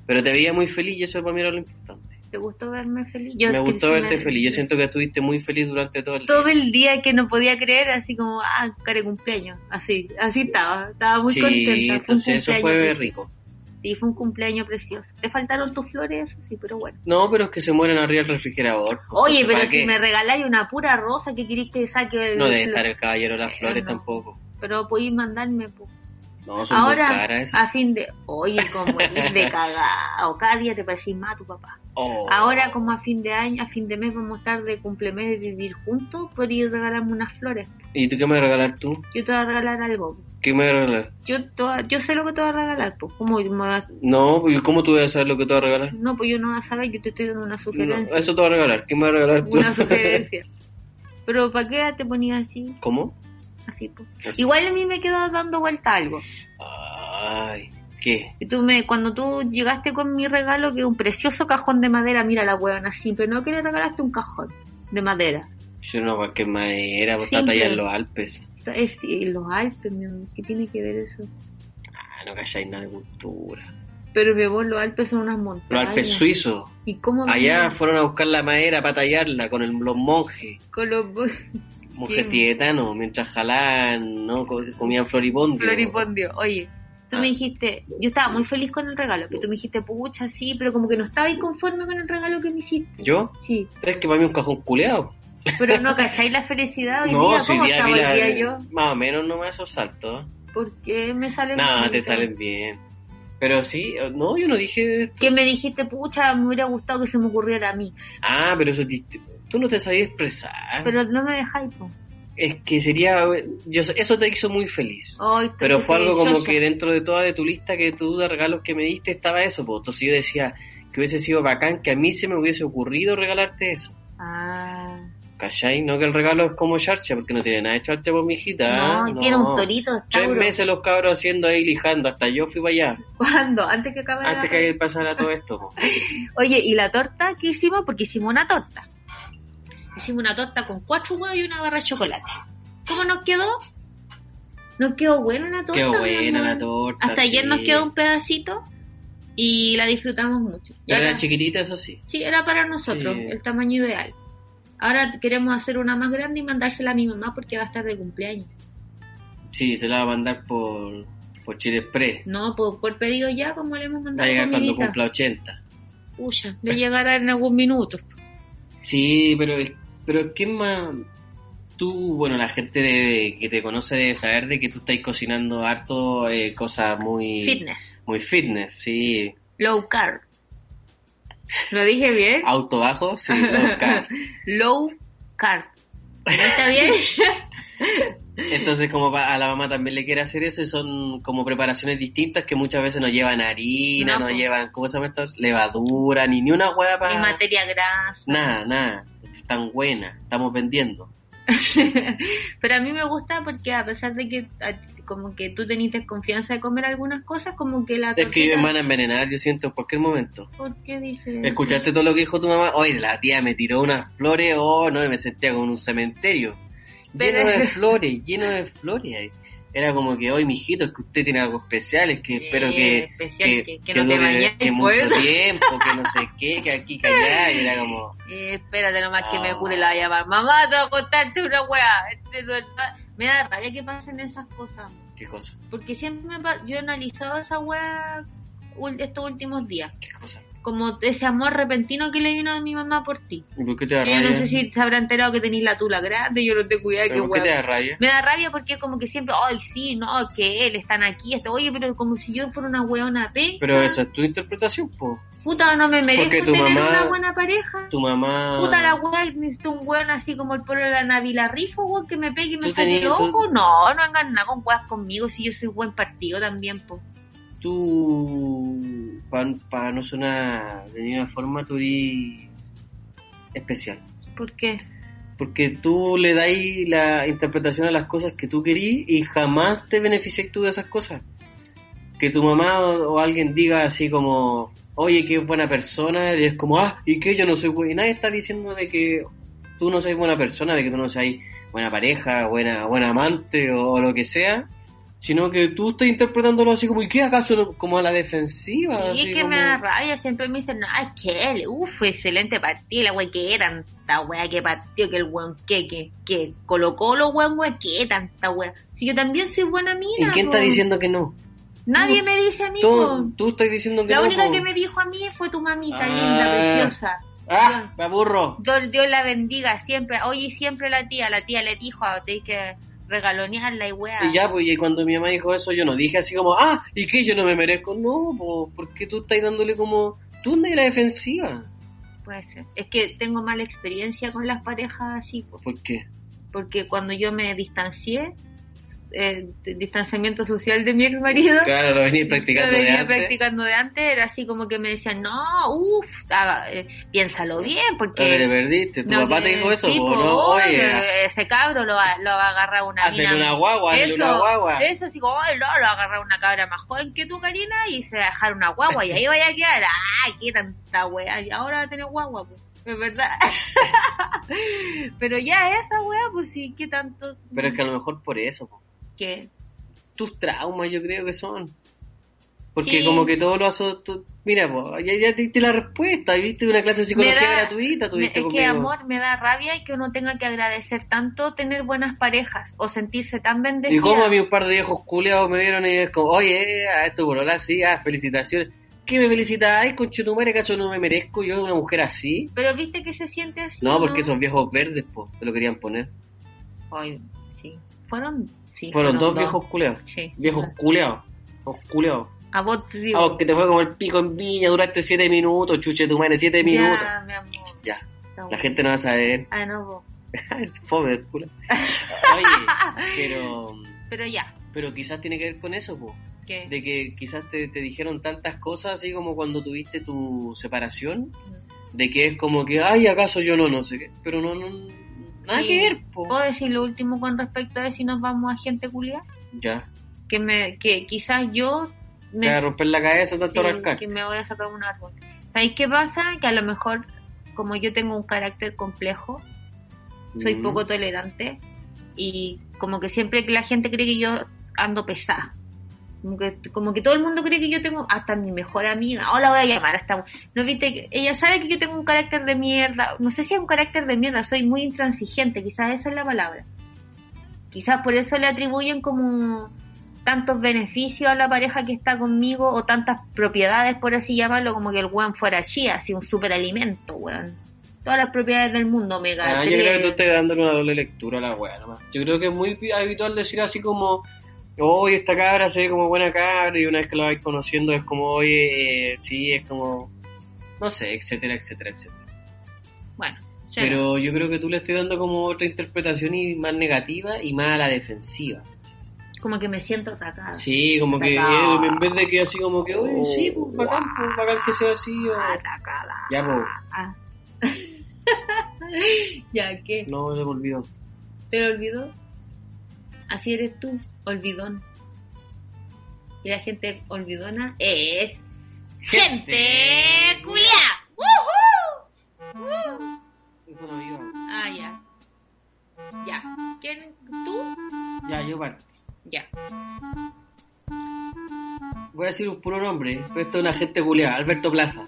Speaker 2: Pero te veía muy feliz y eso para mí era lo importante.
Speaker 3: ¿Te gustó verme feliz? Yo
Speaker 2: me gustó verte
Speaker 3: personalmente-
Speaker 2: feliz. Yo siento que estuviste muy feliz durante todo el día.
Speaker 3: Todo el día que no podía creer, así como, ah, cara de cumpleaños. Así, así estaba. Estaba muy
Speaker 2: sí,
Speaker 3: contenta. Fue un
Speaker 2: entonces eso
Speaker 3: cumpleaños
Speaker 2: fue
Speaker 3: precioso.
Speaker 2: rico.
Speaker 3: Sí, fue un cumpleaños precioso. Te faltaron tus flores, eso sí, pero bueno.
Speaker 2: No, pero es que se mueren arriba del refrigerador. pues,
Speaker 3: Oye,
Speaker 2: ¿Para
Speaker 3: pero
Speaker 2: qué?
Speaker 3: si me regaláis una pura rosa que queréis que saque.
Speaker 2: No debe
Speaker 3: el-
Speaker 2: estar el caballero de las
Speaker 3: Eh,
Speaker 2: flores
Speaker 3: no.
Speaker 2: tampoco.
Speaker 3: Pero podéis mandarme. po.
Speaker 2: No, son muy
Speaker 3: Ahora,
Speaker 2: caras esas.
Speaker 3: a fin de. Oye, como eres de cagado. Cada día te parecís más a tu papá.
Speaker 2: Oh.
Speaker 3: Ahora, como a fin de año, a fin de mes, vamos a estar de cumplemes de vivir juntos. Podrías regalarme unas flores.
Speaker 2: ¿Y tú qué me vas a regalar tú?
Speaker 3: Yo te voy a regalar algo. po.
Speaker 2: ¿Qué me vas a regalar?
Speaker 3: Yo, te voy a- yo sé lo que te voy a regalar. Pues, ¿cómo yo me voy a-
Speaker 2: No, pues, ¿cómo tú debes saber lo que te vas a regalar?
Speaker 3: No, pues yo no voy a saber. Yo te estoy dando una
Speaker 2: No,
Speaker 3: sugerencia.
Speaker 2: eso te vas a regalar. ¿Qué me vas a regalar tú? [LAUGHS]
Speaker 3: Una sugerencia. Pero ¿para qué te ponías así?
Speaker 2: ¿Cómo?
Speaker 3: así po.
Speaker 2: Así.
Speaker 3: [LAUGHS] Igual a mí me quedó dando vuelta algo.
Speaker 2: Ay, ¿qué?
Speaker 3: Y tú me, cuando tú llegaste con mi regalo, que es un precioso cajón de madera, mira la huevona, siempre no que le regalaste un cajón de madera.
Speaker 2: Yo no, cualquier madera, pues está
Speaker 3: Simple.
Speaker 2: tallada en los Alpes.
Speaker 3: Esto Es eh, los Alpes, mi amor, ¿qué tiene que ver eso?
Speaker 2: Ah, no calláis nada de cultura.
Speaker 3: Pero mi amor, los Alpes son unas montañas.
Speaker 2: Los Alpes suizos.
Speaker 3: ¿Y cómo me-
Speaker 2: Allá fueron a buscar la madera para tallarla con el- los monjes.
Speaker 3: con los bo-
Speaker 2: [LAUGHS] Monjes
Speaker 3: ¿Quién?
Speaker 2: tibetanos, mientras jalaban, ¿no? Co- comían floripondio.
Speaker 3: floripondio? Oye, tú
Speaker 2: Ah.
Speaker 3: me dijiste, yo estaba muy feliz con el regalo, pero tú me dijiste, pucha, sí, pero como que no estaba conforme con el regalo que me hiciste.
Speaker 2: ¿Yo?
Speaker 3: Sí,
Speaker 2: Es que para mí un cajón culeado.
Speaker 3: pero no calláis la felicidad
Speaker 2: [LAUGHS]
Speaker 3: hoy
Speaker 2: No,
Speaker 3: día,
Speaker 2: si
Speaker 3: ¿cómo
Speaker 2: día
Speaker 3: estaba
Speaker 2: vi la-
Speaker 3: hoy día yo?
Speaker 2: Más o menos nomás esos saltos.
Speaker 3: porque me salen
Speaker 2: Nada,
Speaker 3: mal?
Speaker 2: te salen bien. Pero sí, eh, no, yo no dije esto.
Speaker 3: que me dijiste pucha me hubiera gustado que se me ocurriera a mí
Speaker 2: Ah, pero eso es dist- tú no te sabías expresar.
Speaker 3: pero no me dejáis po.
Speaker 2: Es que sería... yo- eso te hizo muy feliz.
Speaker 3: Ay, estoy
Speaker 2: Pero fue algo como
Speaker 3: derechosa.
Speaker 2: que dentro de toda de tu lista que tú de regalos que me diste estaba eso, pues. Entonces yo decía que hubiese sido bacán que a mí se me hubiese ocurrido regalarte eso.
Speaker 3: ah,
Speaker 2: ¿Cachai? No que el regalo es como charcha, porque no tiene nada de pues, charcha por mi hijita.
Speaker 3: no, tiene un torito
Speaker 2: ¿eh? Ah, Tres
Speaker 3: Tauro.
Speaker 2: meses los cabros haciendo ahí lijando, hasta yo fui para allá,
Speaker 3: ¿cuándo? antes que acabara
Speaker 2: antes
Speaker 3: la-
Speaker 2: que pasara todo esto. po.
Speaker 3: oye y la torta ¿qué hicimos? porque hicimos una torta hicimos una torta con cuatro huevos y una barra de chocolate ¿cómo nos quedó? nos quedó buena la torta
Speaker 2: Qué
Speaker 3: mi
Speaker 2: buena
Speaker 3: amor.
Speaker 2: la torta.
Speaker 3: hasta ayer
Speaker 2: sí.
Speaker 3: nos quedó un pedacito y la disfrutamos mucho Y
Speaker 2: Ya
Speaker 3: ahora-
Speaker 2: era chiquitita, eso sí.
Speaker 3: Sí, era para nosotros,
Speaker 2: Sí.
Speaker 3: el tamaño ideal. Ahora queremos hacer una más grande y mandársela a mi mamá porque va a estar de cumpleaños.
Speaker 2: Sí, te la va a mandar por, por Chile Express.
Speaker 3: No, por, por pedido ya, como le hemos
Speaker 2: Va a
Speaker 3: mandado
Speaker 2: llegar cuando
Speaker 3: comidita.
Speaker 2: cumpla 80.
Speaker 3: Pucha, de llegar en algún minuto.
Speaker 2: Sí, pero, es- pero es que es más... Tú, bueno, la gente de- que te conoce debe saber de que tú estás cocinando harto eh, cosas muy...
Speaker 3: Fitness,
Speaker 2: Muy fitness, sí.
Speaker 3: low carb. ¿Lo dije bien?
Speaker 2: Auto bajo,
Speaker 3: [LAUGHS]
Speaker 2: sí. low carb.
Speaker 3: low carb. ¿No está
Speaker 2: [LAUGHS]
Speaker 3: bien? [LAUGHS]
Speaker 2: Entonces, como pa- a la mamá también le quiere hacer eso, y son como preparaciones distintas que muchas veces no llevan harina,
Speaker 3: No,
Speaker 2: no,
Speaker 3: po.
Speaker 2: llevan, ¿cómo se llama esto? Levadura, ni, ni una hueá
Speaker 3: Ni
Speaker 2: para.
Speaker 3: materia grasa. [LAUGHS]
Speaker 2: Nada, nada. Es tan buena, estamos vendiendo.
Speaker 3: Pero a mí me gusta porque a pesar de que a ti- como que tú tenís desconfianza de comer algunas cosas, como que la...
Speaker 2: Es que yo
Speaker 3: tortita-
Speaker 2: me van a envenenar, yo siento, en cualquier momento.
Speaker 3: ¿Por qué dices?
Speaker 2: Escuchaste todo lo que dijo tu mamá. Oye, la tía me tiró unas flores, oh no, y me sentía como en un cementerio.
Speaker 3: Pero-
Speaker 2: Lleno de flores, lleno de flores. Era como que, hoy, mijito, es que usted tiene algo especial, es que espero
Speaker 3: Sí,
Speaker 2: que.
Speaker 3: Eh, especial, que, que no te
Speaker 2: dure
Speaker 3: bañes
Speaker 2: que mucho tiempo, que no sé qué, que aquí, que allá, y
Speaker 3: [LAUGHS]
Speaker 2: era como,
Speaker 3: Eh, espérate nomás que me
Speaker 2: Ah.
Speaker 3: cure la llamada mamá te voy a contarte una weá este, no es nada. me da rabia que pasen esas cosas
Speaker 2: qué cosa,
Speaker 3: porque siempre me pa- yo he analizado esa weá ul- estos últimos días
Speaker 2: qué cosa.
Speaker 3: como ese amor repentino que le vino a mi mamá por ti
Speaker 2: ¿Y por qué te da
Speaker 3: yo
Speaker 2: rabia?
Speaker 3: no sé si se habrá enterado que tenés la tula grande yo no te cuidé
Speaker 2: ¿Pero
Speaker 3: que
Speaker 2: ¿Por qué te
Speaker 3: weá
Speaker 2: da rabia?
Speaker 3: me da rabia porque como que siempre ay sí no que él están aquí esto oye pero como si yo fuera una weona penca
Speaker 2: Pero esa es tu interpretación, po.
Speaker 3: puta no me merezco
Speaker 2: Porque tu
Speaker 3: tener
Speaker 2: mamá-
Speaker 3: una buena pareja
Speaker 2: Tu mamá...
Speaker 3: Puta la weá, necesito un weón así como el pueblo de la Navila Rifo, weón, que me pegue y me
Speaker 2: Tú
Speaker 3: saque
Speaker 2: tenías- tú-
Speaker 3: loco. No, no hagan nada con weas conmigo si yo soy buen partido también, po.
Speaker 2: Tú... Para no sonar de ninguna forma, tú eres especial.
Speaker 3: ¿Por qué?
Speaker 2: Porque tú le dais la interpretación a las cosas que tú querís y jamás te beneficias tú de esas cosas. Que tu mamá o, o alguien diga así como, oye, qué buena persona, y es como, ah, ¿y qué? Yo no soy buena. Y nadie está diciendo de que tú no seas buena persona, de que tú no seas buena pareja, buena, buena amante o, lo que sea. sino que tú estás interpretándolo así como, ¿y qué acaso lo- como a la defensiva?
Speaker 3: Sí,
Speaker 2: Así
Speaker 3: es que
Speaker 2: como-
Speaker 3: me da rabia, siempre me dicen, no, es que él, uff, excelente partido, la wea que era, tanta wea que partió, que el weón que, que, que colocó los weón wea que tanta wea. Si yo también soy buena
Speaker 2: ¿Y
Speaker 3: mina.
Speaker 2: quién
Speaker 3: po.
Speaker 2: está diciendo que no?
Speaker 3: Nadie me dice a mí,
Speaker 2: Tú,
Speaker 3: po.
Speaker 2: tú estás diciendo que
Speaker 3: La
Speaker 2: no.
Speaker 3: única
Speaker 2: po.
Speaker 3: que me dijo a mí fue tu mamita
Speaker 2: Ah.
Speaker 3: linda, preciosa.
Speaker 2: Ah, me aburro.
Speaker 3: Dios, Dios la bendiga siempre, oye, siempre la tía, la tía le dijo, a tenés que regalonearla y wea.
Speaker 2: Y ya, pues, y cuando mi mamá dijo eso, yo no dije así como, ah, ¿y qué? Yo no me merezco. No, po, porque tú estás dándole como, tú andas en la defensiva.
Speaker 3: Puede ser. Pues, Es que tengo mala experiencia con las parejas así, po.
Speaker 2: ¿Por qué?
Speaker 3: porque cuando yo me distancié, el distanciamiento social de mi ex marido,
Speaker 2: Claro, lo venís practicando de
Speaker 3: venía
Speaker 2: antes.
Speaker 3: practicando de antes, era así como que me decían, no, uff, piénsalo bien, porque...
Speaker 2: Lo que te perdiste. Tu
Speaker 3: no,
Speaker 2: papá
Speaker 3: que-
Speaker 2: te dijo eso,
Speaker 3: sí,
Speaker 2: po,
Speaker 3: po,
Speaker 2: no, oye,
Speaker 3: oye, ese cabro lo va, lo va a agarrar una mina
Speaker 2: hazle una guagua, hazle
Speaker 3: eso,
Speaker 2: una guagua.
Speaker 3: eso así como, "Ay, no, lo va a agarrar una cabra más joven que tú, Karina, y se va a dejar una guagua, y ahí vaya a quedar, ah, qué tanta wea, y ahora va a tener guagua, pues, es verdad. [LAUGHS] Pero ya esa wea, pues sí, qué tanto,
Speaker 2: Pero es que a lo mejor por eso, po.
Speaker 3: que,
Speaker 2: tus traumas yo creo que son. Porque
Speaker 3: Sí.
Speaker 2: como que todo lo aso... tú- Mira, po, ya, ya te diste la respuesta, viste una clase de psicología
Speaker 3: Me da-
Speaker 2: gratuita,
Speaker 3: me- es
Speaker 2: tuviste
Speaker 3: que
Speaker 2: conmigo.
Speaker 3: amor, me da rabia que uno tenga que agradecer tanto tener buenas parejas, o sentirse tan
Speaker 2: y
Speaker 3: bendecido.
Speaker 2: como a mí un par de viejos culeados me vieron y es como, oye, a esto bolola, sí, ah, felicitaciones. ¿Qué me felicitáis, conchetumare, cacho, no me merezco yo una mujer así?
Speaker 3: Pero viste que se siente así,
Speaker 2: No, porque esos viejos verdes, po, te lo querían poner.
Speaker 3: Ay, sí. Fueron, sí,
Speaker 2: Fueron dos, viejos culeados.
Speaker 3: Sí.
Speaker 2: Viejos culeados. Viejos culeados.
Speaker 3: A vos te digo.
Speaker 2: Ah, vos que te fue como el pico en viña, duraste siete minutos, chuche tu madre, siete minutos.
Speaker 3: Ya, mi amor.
Speaker 2: Ya.
Speaker 3: Está
Speaker 2: La
Speaker 3: bueno.
Speaker 2: gente no va a saber.
Speaker 3: Ah, no, vos.
Speaker 2: Fome el
Speaker 3: [LAUGHS]
Speaker 2: culo. Oye, pero,
Speaker 3: Pero ya.
Speaker 2: pero quizás tiene que ver con eso, po.
Speaker 3: ¿qué?
Speaker 2: De que quizás te, te dijeron tantas cosas, así como cuando tuviste tu separación, de que es como que, ay, acaso yo no, no sé qué. Pero no, no, nada
Speaker 3: Sí.
Speaker 2: que ver, po.
Speaker 3: ¿Puedo decir lo último con respecto a si nos vamos a gente culia?
Speaker 2: Ya,
Speaker 3: Que, me, que quizás yo
Speaker 2: te
Speaker 3: me,
Speaker 2: va a romper la cabeza tanto
Speaker 3: sí,
Speaker 2: rascar.
Speaker 3: que me voy a sacar un árbol. ¿Sabéis qué pasa? Que a lo mejor, como yo tengo un carácter complejo, soy
Speaker 2: Mm.
Speaker 3: poco tolerante y como que siempre que la gente cree que yo ando pesada. Como que, como que todo el mundo cree que yo tengo, hasta mi mejor amiga, hola voy a llamar hasta no viste que ella sabe que yo tengo un carácter de mierda, no sé si es un carácter de mierda, soy muy intransigente, quizás esa es la palabra. Quizás por eso le atribuyen como tantos beneficios a la pareja que está conmigo o tantas propiedades, por así llamarlo, como que el weón fuera chía, así un superalimento, weón. Todas las propiedades del mundo, mega.
Speaker 2: Ah, yo creo que tú estás dándole una doble lectura a la weá nomás. Yo creo que es muy pi- habitual decir así como, oye, esta cabra se ve como buena cabra y una vez que la vais conociendo es como, oye, eh, sí, es como, no sé, etcétera, etcétera, etcétera.
Speaker 3: Bueno, ya no.
Speaker 2: Pero yo creo que tú le estás dando como otra interpretación y más negativa y más a la defensiva.
Speaker 3: como que me siento atacada.
Speaker 2: Sí, como que
Speaker 3: Atacada.
Speaker 2: eh, en vez de que así como que, oye, sí,
Speaker 3: Oh,
Speaker 2: pues bacán, pues bacán que sea así. o-
Speaker 3: Ah, Atacada.
Speaker 2: Ya, pues,
Speaker 3: Ah. [LAUGHS] ya que
Speaker 2: no se me olvidó.
Speaker 3: te lo olvidó. Así eres tú, olvidón. Y la gente olvidona es gente, culia. ¡Woohoo!
Speaker 2: Eso no iba.
Speaker 3: Ah, ya. Ya. ¿Quién? ¿Tú?
Speaker 2: Ya, yo parto.
Speaker 3: Ya.
Speaker 2: Voy a decir un puro nombre, pero esto es una gente culiada, Alberto Plaza.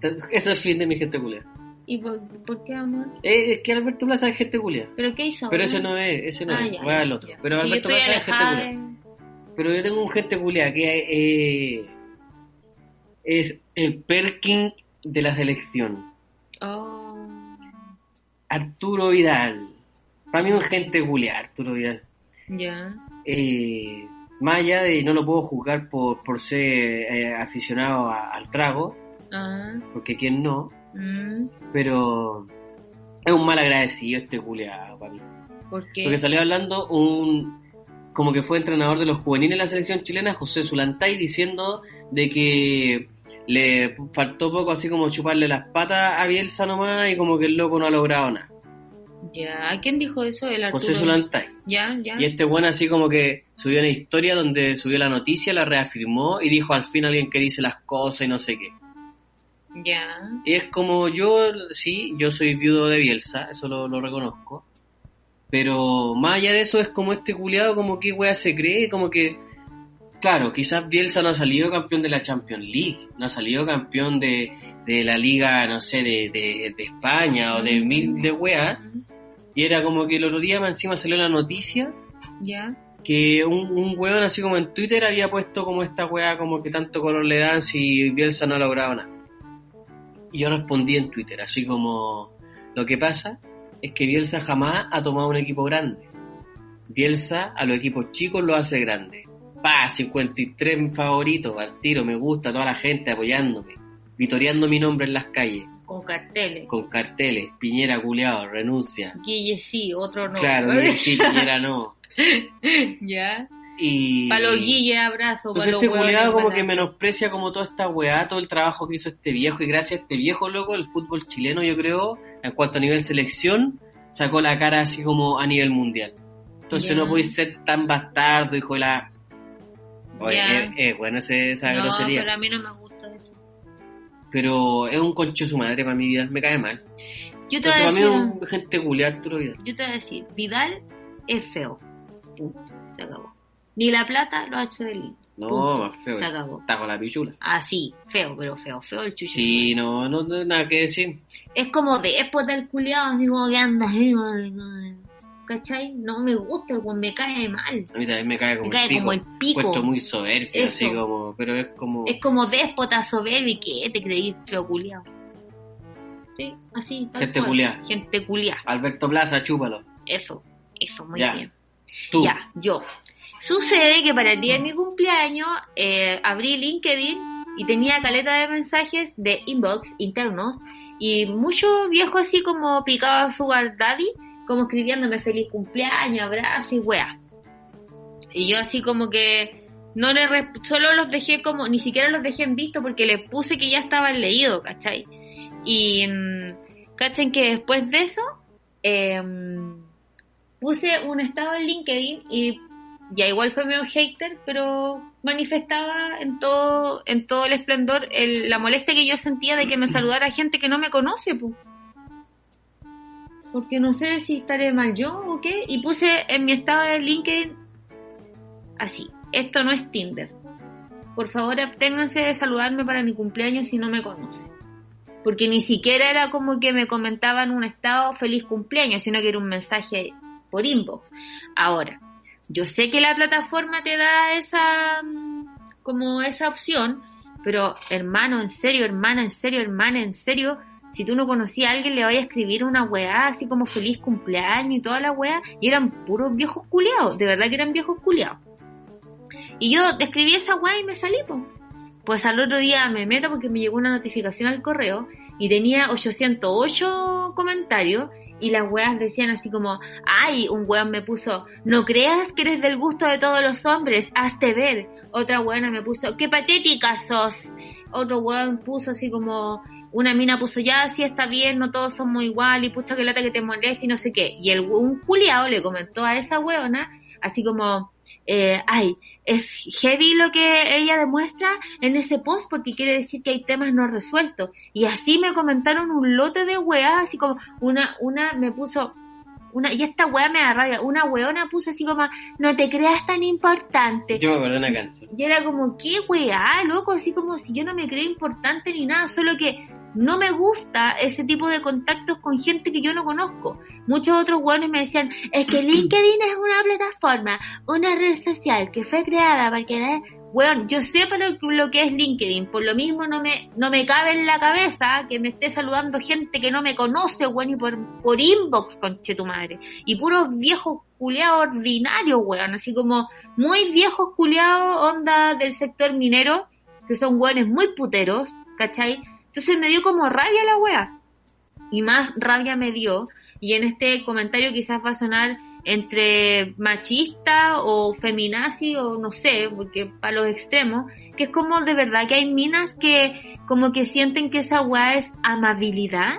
Speaker 2: Te- Eso es fin de mi gente culiada.
Speaker 3: ¿Y por, por qué, amor?
Speaker 2: Eh, es que Alberto Plaza es gente culiada.
Speaker 3: ¿Pero qué hizo?
Speaker 2: Pero ese no es, ese no
Speaker 3: Ah,
Speaker 2: es.
Speaker 3: ya,
Speaker 2: Voy al otro.
Speaker 3: ya.
Speaker 2: Pero
Speaker 3: Sí,
Speaker 2: Alberto
Speaker 3: yo estoy
Speaker 2: Plaza es gente
Speaker 3: alejada
Speaker 2: culiada.
Speaker 3: de-
Speaker 2: Pero yo tengo un gente culiada que eh, es el Perkin de la selección.
Speaker 3: Oh.
Speaker 2: Arturo Vidal. Para mí un gente culiada, Arturo Vidal.
Speaker 3: Ya.
Speaker 2: eh, más allá de no lo puedo juzgar por, por ser eh, aficionado a- al trago,
Speaker 3: Ah.
Speaker 2: porque quién no,
Speaker 3: Mm.
Speaker 2: pero es un mal agradecido este culiado para mí.
Speaker 3: ¿Por qué?
Speaker 2: Porque salió hablando un como que fue entrenador de los juveniles de la selección chilena, José Zulantay, diciendo de que le faltó poco así como chuparle las patas a Bielsa nomás y como que el loco no ha logrado nada.
Speaker 3: Ya, ¿quién dijo eso? El Arturo.
Speaker 2: José Zulantay.
Speaker 3: Ya, ya.
Speaker 2: Y este bueno así como que subió una historia donde subió la noticia, la reafirmó y dijo al fin alguien que dice las cosas y no sé qué.
Speaker 3: Ya.
Speaker 2: Y es como yo, sí, yo soy viudo de Bielsa, eso lo, lo reconozco. Pero más allá de eso es como este culiado, como que wea se cree, como que... Claro, quizás Bielsa no ha salido campeón de la Champions League, no ha salido campeón de, de la liga, no sé, de, de, de España o de mil de weas. Y era como que el otro día más encima salió la noticia
Speaker 3: Ya.
Speaker 2: que un, un weón así como en Twitter había puesto como esta weá como que tanto color le dan si Bielsa no ha logrado nada. Y yo respondí en Twitter, así como lo que pasa es que Bielsa jamás ha tomado un equipo grande. Bielsa a los equipos chicos lo hace grande. Pa, 53 favoritos, al tiro, me gusta, toda la gente apoyándome, vitoreando mi nombre en las calles,
Speaker 3: Con carteles.
Speaker 2: con carteles, Piñera culeado, renuncia.
Speaker 3: Guille sí, otro no.
Speaker 2: Claro, no sí, Piñera no.
Speaker 3: [LAUGHS] ya.
Speaker 2: Y...
Speaker 3: Para los Guille, abrazo. pa'
Speaker 2: Entonces
Speaker 3: los
Speaker 2: este
Speaker 3: hueones,
Speaker 2: culiado como
Speaker 3: para-
Speaker 2: que menosprecia como toda esta weá, todo el trabajo que hizo este viejo y gracias a este viejo loco el fútbol chileno yo creo, en cuanto a nivel selección, sacó la cara así como a nivel mundial. Entonces
Speaker 3: Ya.
Speaker 2: no podéis ser tan bastardo, hijo de la... Oye,
Speaker 3: Ya.
Speaker 2: eh, eh, bueno ese- esa
Speaker 3: No,
Speaker 2: grosería.
Speaker 3: pero a mí no me gusta eso.
Speaker 2: Pero es un concho su madre para mi vida, me cae mal.
Speaker 3: Yo te voy
Speaker 2: Entonces
Speaker 3: a
Speaker 2: para mí es
Speaker 3: decir,
Speaker 2: un gente culiar Arturo Vidal.
Speaker 3: yo te voy a decir, Vidal es feo. Punto. Se acabó. Ni la plata lo ha hecho de lindo.
Speaker 2: No,
Speaker 3: Punto.
Speaker 2: más feo. eh.
Speaker 3: Se acabó.
Speaker 2: Está con la pichula.
Speaker 3: Así, feo, pero feo, feo el chucho.
Speaker 2: Sí, no, no, no, nada que decir.
Speaker 3: Es como déspota el culiado, así como que anda ahí, ay, ay. ¿cachai? No me gusta, pues me cae mal.
Speaker 2: A mí también me cae como
Speaker 3: Me
Speaker 2: el
Speaker 3: cae
Speaker 2: pico.
Speaker 3: como el pico.
Speaker 2: Puesto muy soberbio,
Speaker 3: Eso.
Speaker 2: así como, pero es como...
Speaker 3: Es como déspota soberbio y que te creí feo culiado. Sí, así. tal
Speaker 2: Gente
Speaker 3: cual.
Speaker 2: culiá.
Speaker 3: Gente culiá.
Speaker 2: Alberto Plaza, chúpalo.
Speaker 3: Eso, eso, muy
Speaker 2: Ya.
Speaker 3: bien.
Speaker 2: Tú.
Speaker 3: Ya, yo. Sucede que para el día de mi cumpleaños eh, abrí LinkedIn y tenía caleta de mensajes de inbox internos y mucho viejo así como picaba su daddy, como escribiéndome feliz cumpleaños, abrazo y weá. Y yo así como que no le resp- solo los dejé como, ni siquiera los dejé en visto porque les puse que ya estaban leídos, ¿cachai? Y mm, cachen que después de eso, em, puse un estado en LinkedIn y ya igual fue medio hater, pero manifestaba en todo, en todo el esplendor el- la molestia que yo sentía de que me saludara gente que no me conoce, po. porque no sé si estaré mal yo o qué, y puse en mi estado de LinkedIn así, esto no es Tinder. Por favor, absténganse de saludarme para mi cumpleaños si no me conocen. Porque ni siquiera era como que me comentaban un estado feliz cumpleaños, sino que era un mensaje por inbox. Ahora, yo sé que la plataforma te da esa mm, como esa opción, pero hermano, en serio, hermana, en serio, hermana, en serio, si tú no conocías a alguien le vaya a escribir una weá así como feliz cumpleaños y toda la weá, y eran puros viejos culiados, de verdad que eran viejos culiados. Y yo escribí esa weá y me salí, po. pues al otro día me meto porque me llegó una notificación al correo y tenía 808 comentarios y las weas decían así como, ay, un weón me puso, no creas que eres del gusto de todos los hombres, hazte ver. Otra weona me puso, qué patética sos. Otro weón puso así como, una mina puso, ya, sí está bien, no todos somos igual y pucha que lata que te moleste y no sé qué. Y el, un culiao le comentó a esa weona, así como, eh, ay, es heavy lo que ella demuestra en ese post porque quiere decir que hay temas no resueltos. Y así me comentaron un lote de weas, así como una, una me puso, una, y esta wea me da rabia, una weona puso así como, no te creas tan importante.
Speaker 2: Yo me acuerdo de una canción.
Speaker 3: Y era como, qué weá, loco, así como si yo no me creo importante ni nada, solo que no me gusta ese tipo de contactos con gente que yo no conozco. Muchos otros weones me decían, es que LinkedIn es una plataforma, una red social que fue creada para que... la-". Weón, yo sé para lo, lo que es LinkedIn, por lo mismo no me, no me cabe en la cabeza que me esté saludando gente que no me conoce, weón, y por, por inbox, conche tu madre. Y puros viejos culiados ordinarios, weón, así como muy viejos culiados, onda del sector minero, que son hueones muy puteros, ¿cachai? Entonces me dio como rabia la wea. Y más rabia me dio, y en este comentario quizás va a sonar entre machista o feminazi o no sé, porque para los extremos, que es como de verdad que hay minas que como que sienten que esa weá es amabilidad.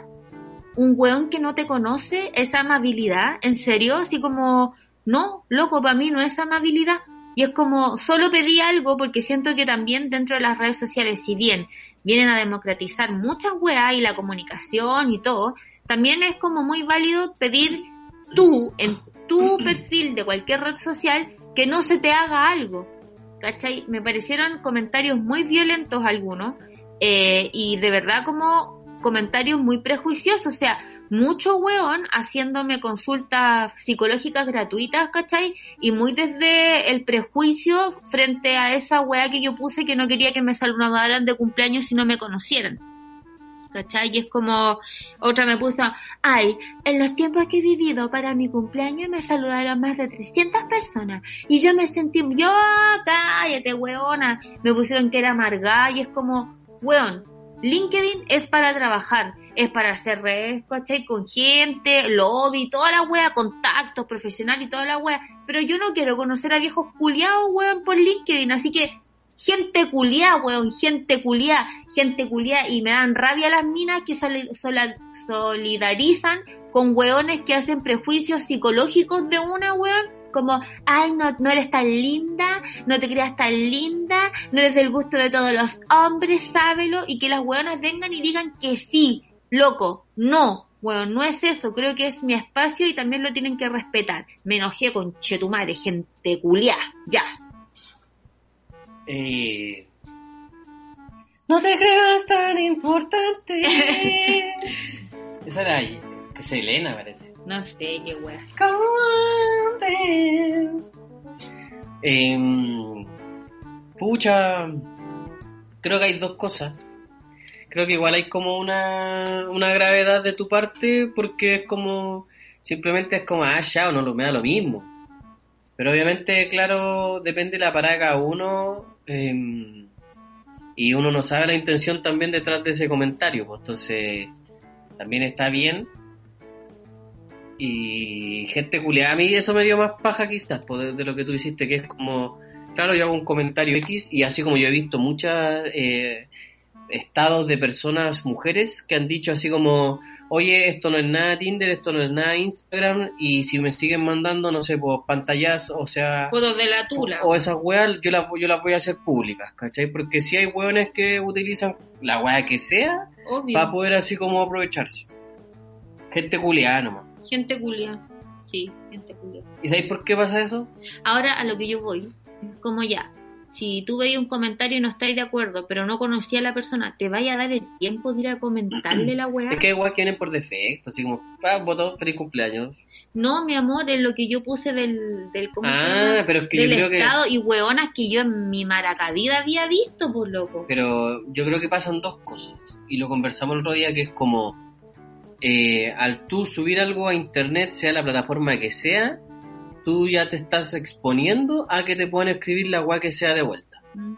Speaker 3: Un weón que no te conoce es amabilidad, en serio, así como, no, loco, para mí no es amabilidad. Y es como, solo pedí algo porque siento que también dentro de las redes sociales, si bien vienen a democratizar muchas weas y la comunicación y todo, también es como muy válido pedir tú en tu perfil de cualquier red social que no se te haga algo. ¿Cachai? Me parecieron comentarios muy violentos algunos eh, y de verdad como comentarios muy prejuiciosos. O sea, mucho weón haciéndome consultas psicológicas gratuitas, ¿cachai? Y muy desde el prejuicio frente a esa weá que yo puse que no quería que me saludaran de cumpleaños si no me conocieran. ¿Cachai? Y es como, otra me puso, ay, en los tiempos que he vivido para mi cumpleaños me saludaron más de 300 personas y yo me sentí, yo, cállate, weona, me pusieron que era amargada y es como, weón, LinkedIn es para trabajar, es para hacer redes, ¿cachai? Con gente, lobby, toda la wea, contactos, profesional y toda la wea. Pero yo no quiero conocer a viejos culiados, weón, por LinkedIn. Así que, gente culiá, weón, gente culiá, gente culiá. Y me dan rabia las minas que sol sol solidarizan con weones que hacen prejuicios psicológicos de una, weón. Como, ay, no, no eres tan linda, no te creas tan linda, no eres del gusto de todos los hombres, sábelo. Y que las weonas vengan y digan que sí, loco, no, bueno, no es eso, creo que es mi espacio y también lo tienen que respetar. Me enojé con Chetumare, gente culiá, ya.
Speaker 2: Eh, No te creas tan importante. [LAUGHS] Esa era ahí, que es Elena, parece.
Speaker 3: No sé, qué wea.
Speaker 2: Como antes. Em, pucha, creo que hay dos cosas. Creo que igual hay como una, una gravedad de tu parte porque es como, simplemente es como, ah, ya, o no, lo- me da lo mismo. Pero obviamente, claro, depende la parada de cada uno em, y uno no sabe la intención también detrás de ese comentario. pues, entonces, también está bien y gente culiada. A mí eso me dio más paja quizás po, de, de lo que tú hiciste, que es como, claro, yo hago un comentario X y así como yo he visto muchos estados de personas, mujeres, que han dicho así como, oye, esto no es nada Tinder, esto no es nada Instagram y si me siguen mandando, no sé, pues pantallas, o sea...
Speaker 3: Fotos de la tula.
Speaker 2: O esas weas yo las, yo las voy a hacer públicas, ¿cachai? Porque si hay weones que utilizan la wea que sea
Speaker 3: obvio.
Speaker 2: para poder así como aprovecharse. Gente culiada nomás.
Speaker 3: Gente culiá. Sí, gente culiá.
Speaker 2: ¿Y sabéis por qué pasa eso?
Speaker 3: Ahora a lo que yo voy, como ya, si tú veis un comentario y no estáis de acuerdo, pero no conocía a la persona, ¿te vaya a dar el tiempo de ir a comentarle la weá?
Speaker 2: Es que hay weas que vienen por defecto, así como, ah, votó feliz cumpleaños.
Speaker 3: No, mi amor, es lo que yo puse del, del ¿cómo se
Speaker 2: Ah,
Speaker 3: llama?
Speaker 2: pero es que
Speaker 3: del
Speaker 2: yo creo que.
Speaker 3: estado y hueonas que yo en mi maracavida había visto, por loco.
Speaker 2: Pero yo creo que pasan dos cosas. Y lo conversamos el otro día, que es como. eh, al tú subir algo a internet, sea la plataforma que sea, tú ya te estás exponiendo a que te puedan escribir la wea que sea de vuelta.
Speaker 3: Mm.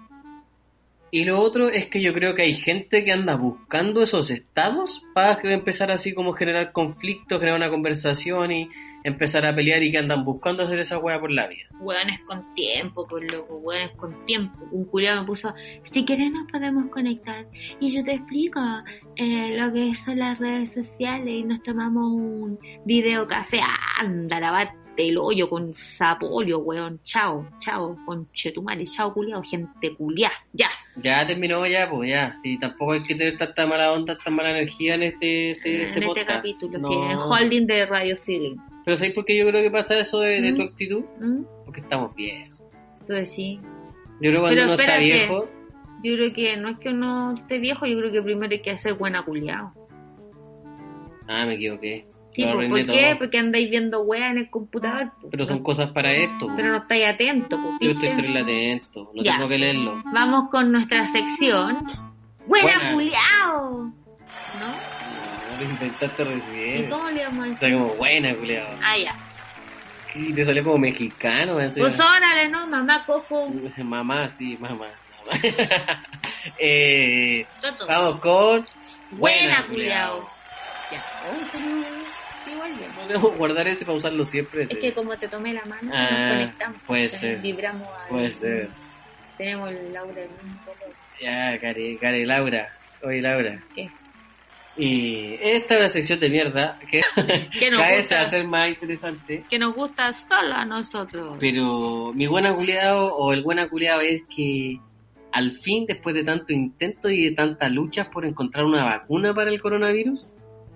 Speaker 2: Y lo otro es que yo creo que hay gente que anda buscando esos estados para que empezar así como generar conflicto, generar una conversación y empezar a pelear y que andan buscando hacer esa wea por la vida.
Speaker 3: Hueones con tiempo, por loco, hueones con tiempo. Un culiao me puso, si quieres nos podemos conectar. Y yo te explico eh, lo que son las redes sociales y nos tomamos un videocafé. Anda, lavate el hoyo con sapolio, hueón. Chao, chao, con chetumare, chao, culiao, gente culiá, ya.
Speaker 2: Ya terminó ya, pues ya. Y tampoco hay que tener tanta mala onda, tanta mala energía en este, este,
Speaker 3: en este
Speaker 2: podcast.
Speaker 3: capítulo,
Speaker 2: No.
Speaker 3: sí, en Holding de Radio Feeling.
Speaker 2: Pero ¿sabes por qué yo creo que pasa eso de, de
Speaker 3: ¿Mm?
Speaker 2: tu actitud?
Speaker 3: ¿Mm?
Speaker 2: Porque estamos viejos.
Speaker 3: Tú decís.
Speaker 2: Yo creo que cuando
Speaker 3: Pero
Speaker 2: uno está
Speaker 3: espérate.
Speaker 2: viejo,
Speaker 3: Yo creo que no es que uno esté viejo, yo creo que primero hay que hacer buena culiao.
Speaker 2: ah, me equivoqué.
Speaker 3: Sí,
Speaker 2: Lo
Speaker 3: pues,
Speaker 2: arruiné
Speaker 3: ¿por qué?
Speaker 2: todo.
Speaker 3: Porque andáis viendo weas en el computador. pues.
Speaker 2: Pero son
Speaker 3: No-
Speaker 2: cosas para esto. pues.
Speaker 3: pero no estáis atentos, pues,
Speaker 2: yo
Speaker 3: ¿viste?
Speaker 2: estoy tres atento, no
Speaker 3: Ya.
Speaker 2: tengo que leerlo.
Speaker 3: Vamos con nuestra sección.
Speaker 2: Buena.
Speaker 3: ¡Buena, culiao! ¿No?
Speaker 2: No, lo inventaste
Speaker 3: ¿Y
Speaker 2: recién.
Speaker 3: cómo le vamos a
Speaker 2: O
Speaker 3: decir?
Speaker 2: sea, como buena, culiao.
Speaker 3: Ah, ya.
Speaker 2: Y te salió como mexicano. me salió-
Speaker 3: Pues órale, ¿no? Mamá, cojo.
Speaker 2: [LAUGHS] Mamá, sí, mamá. mamá. [LAUGHS] eh,
Speaker 3: Toto.
Speaker 2: vamos con...
Speaker 3: Buena, culiao. Ya.
Speaker 2: Oh, salió.
Speaker 3: Igual bien.
Speaker 2: Podemos guardar ese para usarlo siempre.
Speaker 3: Es
Speaker 2: ese.
Speaker 3: que como te tomé la mano,
Speaker 2: Ah,
Speaker 3: nos conectamos.
Speaker 2: puede
Speaker 3: entonces
Speaker 2: ser.
Speaker 3: Vibramos al-
Speaker 2: Puede ser.
Speaker 3: Tenemos el aura del mismo color.
Speaker 2: Ya, Cari, Cari, Laura. Oye, Laura.
Speaker 3: ¿Qué?
Speaker 2: Y esta es la sección de mierda que
Speaker 3: Que nos
Speaker 2: cada vez se va a
Speaker 3: gusta,
Speaker 2: hacer más interesante.
Speaker 3: que nos gusta solo a nosotros.
Speaker 2: Pero mi buen aculeado o el buen aculeado es que al fin, después de tanto intento y de tantas luchas por encontrar una vacuna para el coronavirus,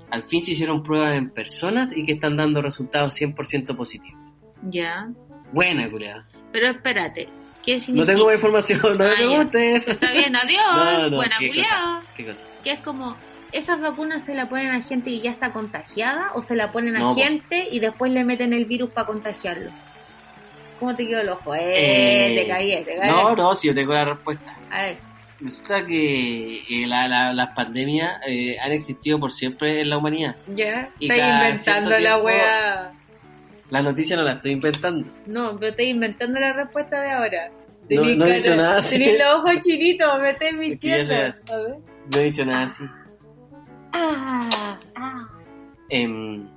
Speaker 2: al fin se hicieron pruebas en personas y que están dando resultados 100% positivos.
Speaker 3: Ya.
Speaker 2: Buena, culiada.
Speaker 3: Pero espérate. ¿Qué significa?
Speaker 2: No tengo más información, no me
Speaker 3: Ah, ya.
Speaker 2: preguntes.
Speaker 3: Está bien, adiós.
Speaker 2: No, no,
Speaker 3: Buena
Speaker 2: qué
Speaker 3: culiada.
Speaker 2: [LAUGHS] ¿Qué cosa?
Speaker 3: Que es como, ¿esas vacunas se la ponen a gente que ya está contagiada o se la ponen a
Speaker 2: No, po.
Speaker 3: gente y después le meten el virus para contagiarlo? ¿Cómo te quedó el ojo? Eh,
Speaker 2: Eh,
Speaker 3: te caí, te caí.
Speaker 2: No, no, si yo tengo la respuesta.
Speaker 3: A ver,
Speaker 2: Resulta que eh, la- la- las pandemias eh, han existido por siempre en la humanidad.
Speaker 3: ya,
Speaker 2: Y
Speaker 3: estáis
Speaker 2: cada cierto
Speaker 3: inventando la
Speaker 2: tiempo-
Speaker 3: wea.
Speaker 2: Las noticias no las estoy inventando.
Speaker 3: No, pero estáis inventando la respuesta de ahora.
Speaker 2: No,
Speaker 3: Tenís
Speaker 2: no he
Speaker 3: cara-
Speaker 2: dicho nada así.
Speaker 3: Tenís los ojos chinitos, me estáis
Speaker 2: Es que ya
Speaker 3: mintiendo.
Speaker 2: sabes.
Speaker 3: A ver.
Speaker 2: No he dicho nada así.
Speaker 3: Ah, ah.
Speaker 2: Em,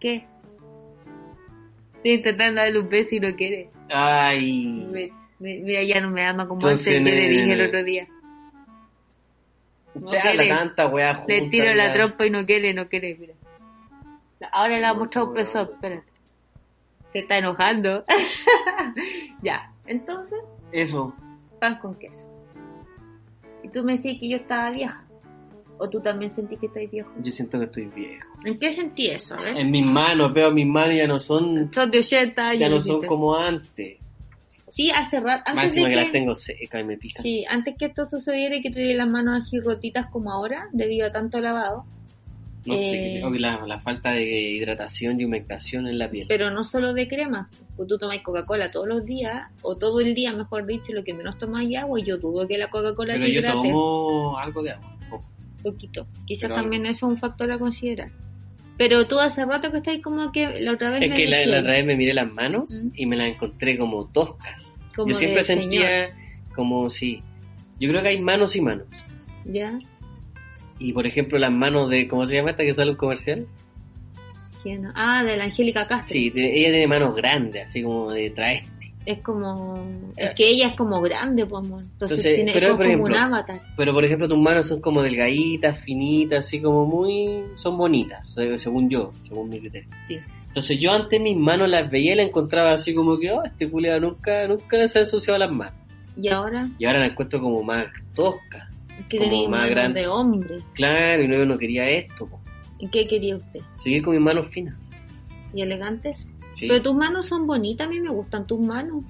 Speaker 3: ¿Qué? Estoy intentando darle un beso y no quiere.
Speaker 2: ay.
Speaker 3: Me- me- Mira, ya no me ama como
Speaker 2: Entonces,
Speaker 3: antes que le dije el
Speaker 2: nene.
Speaker 3: otro día. No
Speaker 2: te habla
Speaker 3: quiere.
Speaker 2: tanta weá
Speaker 3: Le
Speaker 2: junta,
Speaker 3: tiro la
Speaker 2: weá.
Speaker 3: trompa y no quiere, no quiere, mira. Ahora le ha mostrado un pezón, espérate. Se está enojando. ya, entonces,
Speaker 2: Eso.
Speaker 3: pan con queso. Y tú me decís que yo estaba vieja. ¿O tú también sentís que estás viejo?
Speaker 2: Yo siento que estoy viejo.
Speaker 3: ¿En qué sentí eso? a ver?
Speaker 2: En mis manos, veo mis manos ya no son,
Speaker 3: Son de 80
Speaker 2: ya no
Speaker 3: años.
Speaker 2: son como antes.
Speaker 3: Ah, Sí, hace rato. Antes
Speaker 2: Máxima
Speaker 3: de
Speaker 2: que
Speaker 3: que,
Speaker 2: las tengo seca y me pican.
Speaker 3: sí, antes que esto sucediera y que tuviera las manos así rotitas como ahora, debido a tanto lavado.
Speaker 2: No sé,
Speaker 3: Eh.
Speaker 2: creo que la, la falta de hidratación y humectación en la piel.
Speaker 3: Pero no solo de crema. Pues tú tomáis Coca-Cola todos los días, o todo el día, mejor dicho, lo que menos tomáis agua. y Yo dudo que la Coca-Cola
Speaker 2: Pero
Speaker 3: te
Speaker 2: yo
Speaker 3: hidrate
Speaker 2: tomo algo de agua. poco.
Speaker 3: poquito. Quizás
Speaker 2: pero
Speaker 3: también eso es un factor a considerar. Pero tú hace rato que estáis como que la otra vez
Speaker 2: Es
Speaker 3: me
Speaker 2: que la,
Speaker 3: decías,
Speaker 2: la otra vez me miré las manos
Speaker 3: Mm.
Speaker 2: y me las encontré como toscas.
Speaker 3: como
Speaker 2: yo siempre
Speaker 3: de
Speaker 2: sentía como si... Yo creo que hay manos y manos.
Speaker 3: señor, ¿Ya?
Speaker 2: Y por ejemplo las manos de... ¿Cómo se llama esta que sale un comercial?
Speaker 3: ¿Quién? Ah, de la Angélica Castro.
Speaker 2: Sí, te- ella tiene manos grandes, así como de traer.
Speaker 3: Es como.
Speaker 2: Eh.
Speaker 3: Es que ella es como grande, pues, amor. Entonces,
Speaker 2: Entonces,
Speaker 3: tiene
Speaker 2: pero,
Speaker 3: es
Speaker 2: por
Speaker 3: como un
Speaker 2: ejemplo,
Speaker 3: avatar.
Speaker 2: Pero por ejemplo tus manos son como delgaditas, finitas, así como muy... Son bonitas, se- según yo, según mi criterio.
Speaker 3: Sí.
Speaker 2: Entonces yo antes mis manos las veía y las encontraba así como que, oh, este culiado nunca, nunca se ha ensuciado las manos.
Speaker 3: Y ahora
Speaker 2: Y ahora las encuentro como más toscas.
Speaker 3: es que
Speaker 2: Como
Speaker 3: tenéis
Speaker 2: más
Speaker 3: manos
Speaker 2: grande.
Speaker 3: de hombre.
Speaker 2: Claro, y luego no quería esto. po.
Speaker 3: ¿Y qué quería usted?
Speaker 2: Seguir con mis manos finas.
Speaker 3: ¿Y elegantes?
Speaker 2: Sí.
Speaker 3: Pero tus manos son bonitas, a mí me gustan tus manos.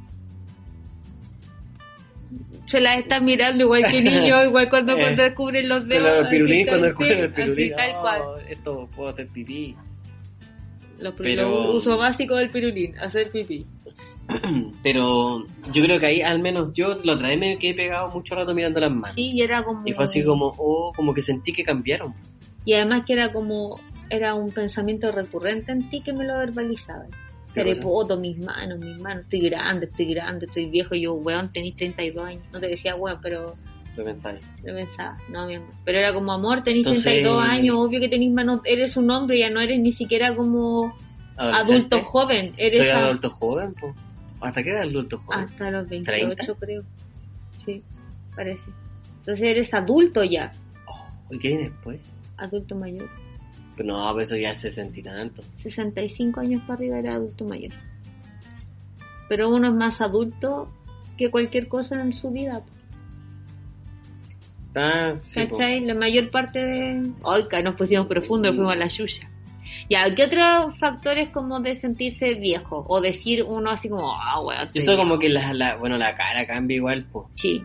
Speaker 3: Se las están mirando igual
Speaker 2: [LAUGHS]
Speaker 3: que niño, igual cuando,
Speaker 2: Eh.
Speaker 3: cuando descubren los dedos.
Speaker 2: Pero el
Speaker 3: así
Speaker 2: pirulín,
Speaker 3: tal-
Speaker 2: cuando
Speaker 3: sí,
Speaker 2: descubren el
Speaker 3: así
Speaker 2: pirulín,
Speaker 3: tal
Speaker 2: oh,
Speaker 3: cual.
Speaker 2: esto puedo hacer pipí.
Speaker 3: Lo, pri-
Speaker 2: pero-
Speaker 3: lo uso básico del pirulín, hacer pipí.
Speaker 2: Pero yo creo que ahí, al menos yo, la otra vez me quedé pegado mucho rato mirando las manos.
Speaker 3: Sí, y era como...
Speaker 2: Y fue así como, oh, como que sentí que cambiaron.
Speaker 3: Y además que era como... Era un pensamiento recurrente en ti que me lo verbalizaba.
Speaker 2: ¿Qué cosa?
Speaker 3: Terepoto, mis manos, mis manos. Estoy grande, estoy grande, estoy viejo. Y yo, weón, tenés 32 años. No te decía weón, pero...
Speaker 2: Lo pensaba.
Speaker 3: Yo pensaba, no, mi amor. Pero era como amor, tenés
Speaker 2: Entonces-
Speaker 3: 32 años, obvio que tenés manos, eres un hombre, ya no eres ni siquiera como
Speaker 2: Adolescente.
Speaker 3: adulto joven, eres
Speaker 2: Soy
Speaker 3: a-
Speaker 2: adulto joven, po. ¿Hasta qué edad adulto joven?
Speaker 3: hasta los 28,
Speaker 2: ¿Treinta?
Speaker 3: creo. Sí, parece. Entonces eres adulto ya,
Speaker 2: ¿Y qué viene después?
Speaker 3: adulto mayor.
Speaker 2: Pero no, pero eso ya se sentí tanto.
Speaker 3: 65 años para arriba era adulto mayor. Pero uno es más adulto que cualquier cosa en su vida.
Speaker 2: Ah, sí, po.
Speaker 3: ¿Cachai? La mayor parte de... Ay, que nos pusimos profundos, fuimos a la yuya. Ya, ¿qué otros factores como de sentirse viejo? O decir uno así como, ah, weón,
Speaker 2: Yo
Speaker 3: estoy
Speaker 2: estoy
Speaker 3: viejo.
Speaker 2: como que la, la, bueno, la cara cambia igual, pues.
Speaker 3: Sí,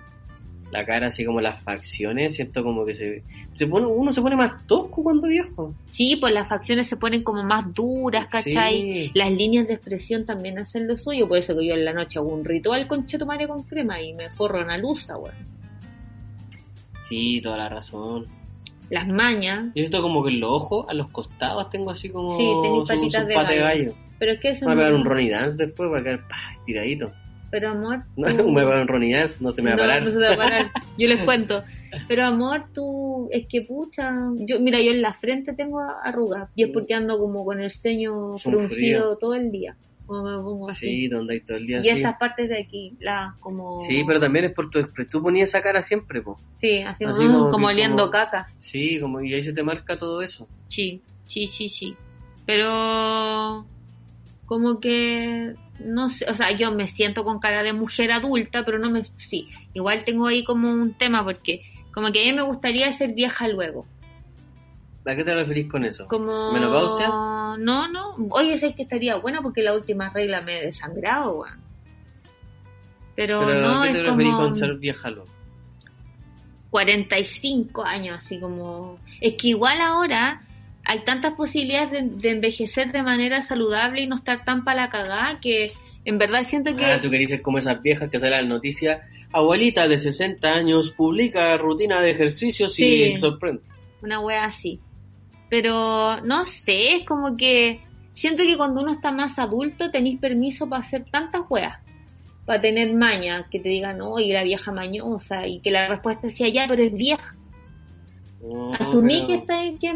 Speaker 2: la cara, así como las facciones, siento como que se, se pone, uno se pone más tosco cuando viejo.
Speaker 3: sí, pues las facciones se ponen como más duras, ¿cachai?
Speaker 2: Sí.
Speaker 3: Las líneas de expresión también hacen lo suyo, por eso que yo en la noche hago un ritual con chetumare con crema y me forro una luz, weón.
Speaker 2: Sí, toda la razón.
Speaker 3: Las mañas,
Speaker 2: Yo siento como que en los ojos, a los costados tengo así como
Speaker 3: Sí, tenés
Speaker 2: su-
Speaker 3: patitas
Speaker 2: su
Speaker 3: de
Speaker 2: pata
Speaker 3: gallo. pero es que eso
Speaker 2: Me va a
Speaker 3: no-
Speaker 2: pegar un Ronnie Dance después, va a quedar pa, [LAUGHS] tiradito.
Speaker 3: Pero amor,
Speaker 2: No,
Speaker 3: tú-
Speaker 2: me va a pegar un Ronnie Dance, no se me va a
Speaker 3: No,
Speaker 2: parar.
Speaker 3: no se te va
Speaker 2: [LAUGHS]
Speaker 3: a parar. Yo les cuento. Pero amor, tú, es que pucha, yo, mira, yo en la frente tengo arrugas y es porque ando como con el ceño
Speaker 2: Sufrido.
Speaker 3: fruncido todo el día. Como que me pongo así.
Speaker 2: Sí, donde hay todo el día
Speaker 3: y
Speaker 2: así.
Speaker 3: estas partes de aquí, las como.
Speaker 2: Sí, pero también es por tu expresión. Tú ponías esa cara siempre, po.
Speaker 3: Sí, así,
Speaker 2: así
Speaker 3: mm,
Speaker 2: como
Speaker 3: como,
Speaker 2: que como-
Speaker 3: oliendo caca.
Speaker 2: Sí, como y ahí se te marca todo eso.
Speaker 3: Sí, sí, sí, sí. Pero. Como que. No sé, o sea, yo me siento con cara de mujer adulta, pero no me. Sí, igual tengo ahí como un tema porque. Como que a mí me gustaría ser vieja luego.
Speaker 2: ¿A qué te referís con eso?
Speaker 3: Como...
Speaker 2: ¿Menopausia?
Speaker 3: No, no. Oye, sé que estaría bueno porque la última regla me he desangrado, weón. Pero,
Speaker 2: ¿Pero
Speaker 3: no,
Speaker 2: a qué te
Speaker 3: es
Speaker 2: referís
Speaker 3: como
Speaker 2: con ser vieja loca?
Speaker 3: 45 años, así como... Es que igual ahora hay tantas posibilidades de, de envejecer de manera saludable y no estar tan para la cagada que en verdad siento que...
Speaker 2: Ah, tú que dices como esas viejas que salen las noticias. Abuelita de 60 años publica rutina de ejercicios
Speaker 3: Sí.
Speaker 2: y sorprende.
Speaker 3: una wea así. Pero no sé, es como que siento que cuando uno está más adulto tenéis permiso para hacer tantas weas. Para tener maña, que te digan, no, y la vieja mañosa, y que la respuesta sea ya, pero es vieja.
Speaker 2: No,
Speaker 3: Asumí
Speaker 2: pero-
Speaker 3: que, está, que es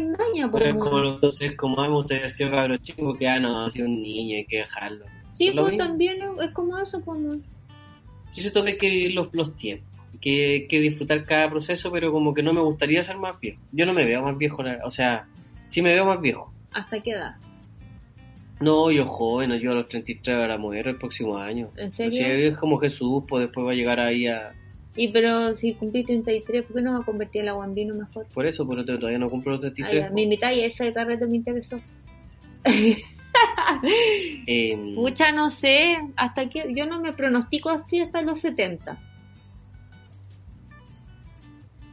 Speaker 2: pero
Speaker 3: maña, pues,
Speaker 2: es como
Speaker 3: weón.
Speaker 2: entonces, como a mí me gustaría ser cabro chico, que ah, no, ha sido un niño, hay que dejarlo.
Speaker 3: Sí,
Speaker 2: es lo
Speaker 3: pues
Speaker 2: mismo.
Speaker 3: también es- es como eso, pues, como.
Speaker 2: Yo siento que hay que vivir los, los tiempos, que hay que disfrutar cada proceso, pero como que no me gustaría ser más viejo. Yo no me veo más viejo, la- o sea, sí me veo más viejo.
Speaker 3: ¿Hasta qué edad?
Speaker 2: No, yo joven, no, yo a los 33 ahora muero el próximo año.
Speaker 3: ¿En
Speaker 2: O
Speaker 3: serio?
Speaker 2: sea, es como Jesús, pues después va a llegar ahí a...
Speaker 3: Y pero si cumplí 33, ¿por qué no me convertí en la guambino mejor?
Speaker 2: Por eso, pero te- todavía no cumplo los
Speaker 3: Ay,
Speaker 2: 33.
Speaker 3: a mí mi talla, esa de carrete me interesó.
Speaker 2: pues. Eh,
Speaker 3: Pucha, no sé, hasta que yo no me pronostico así hasta los 70.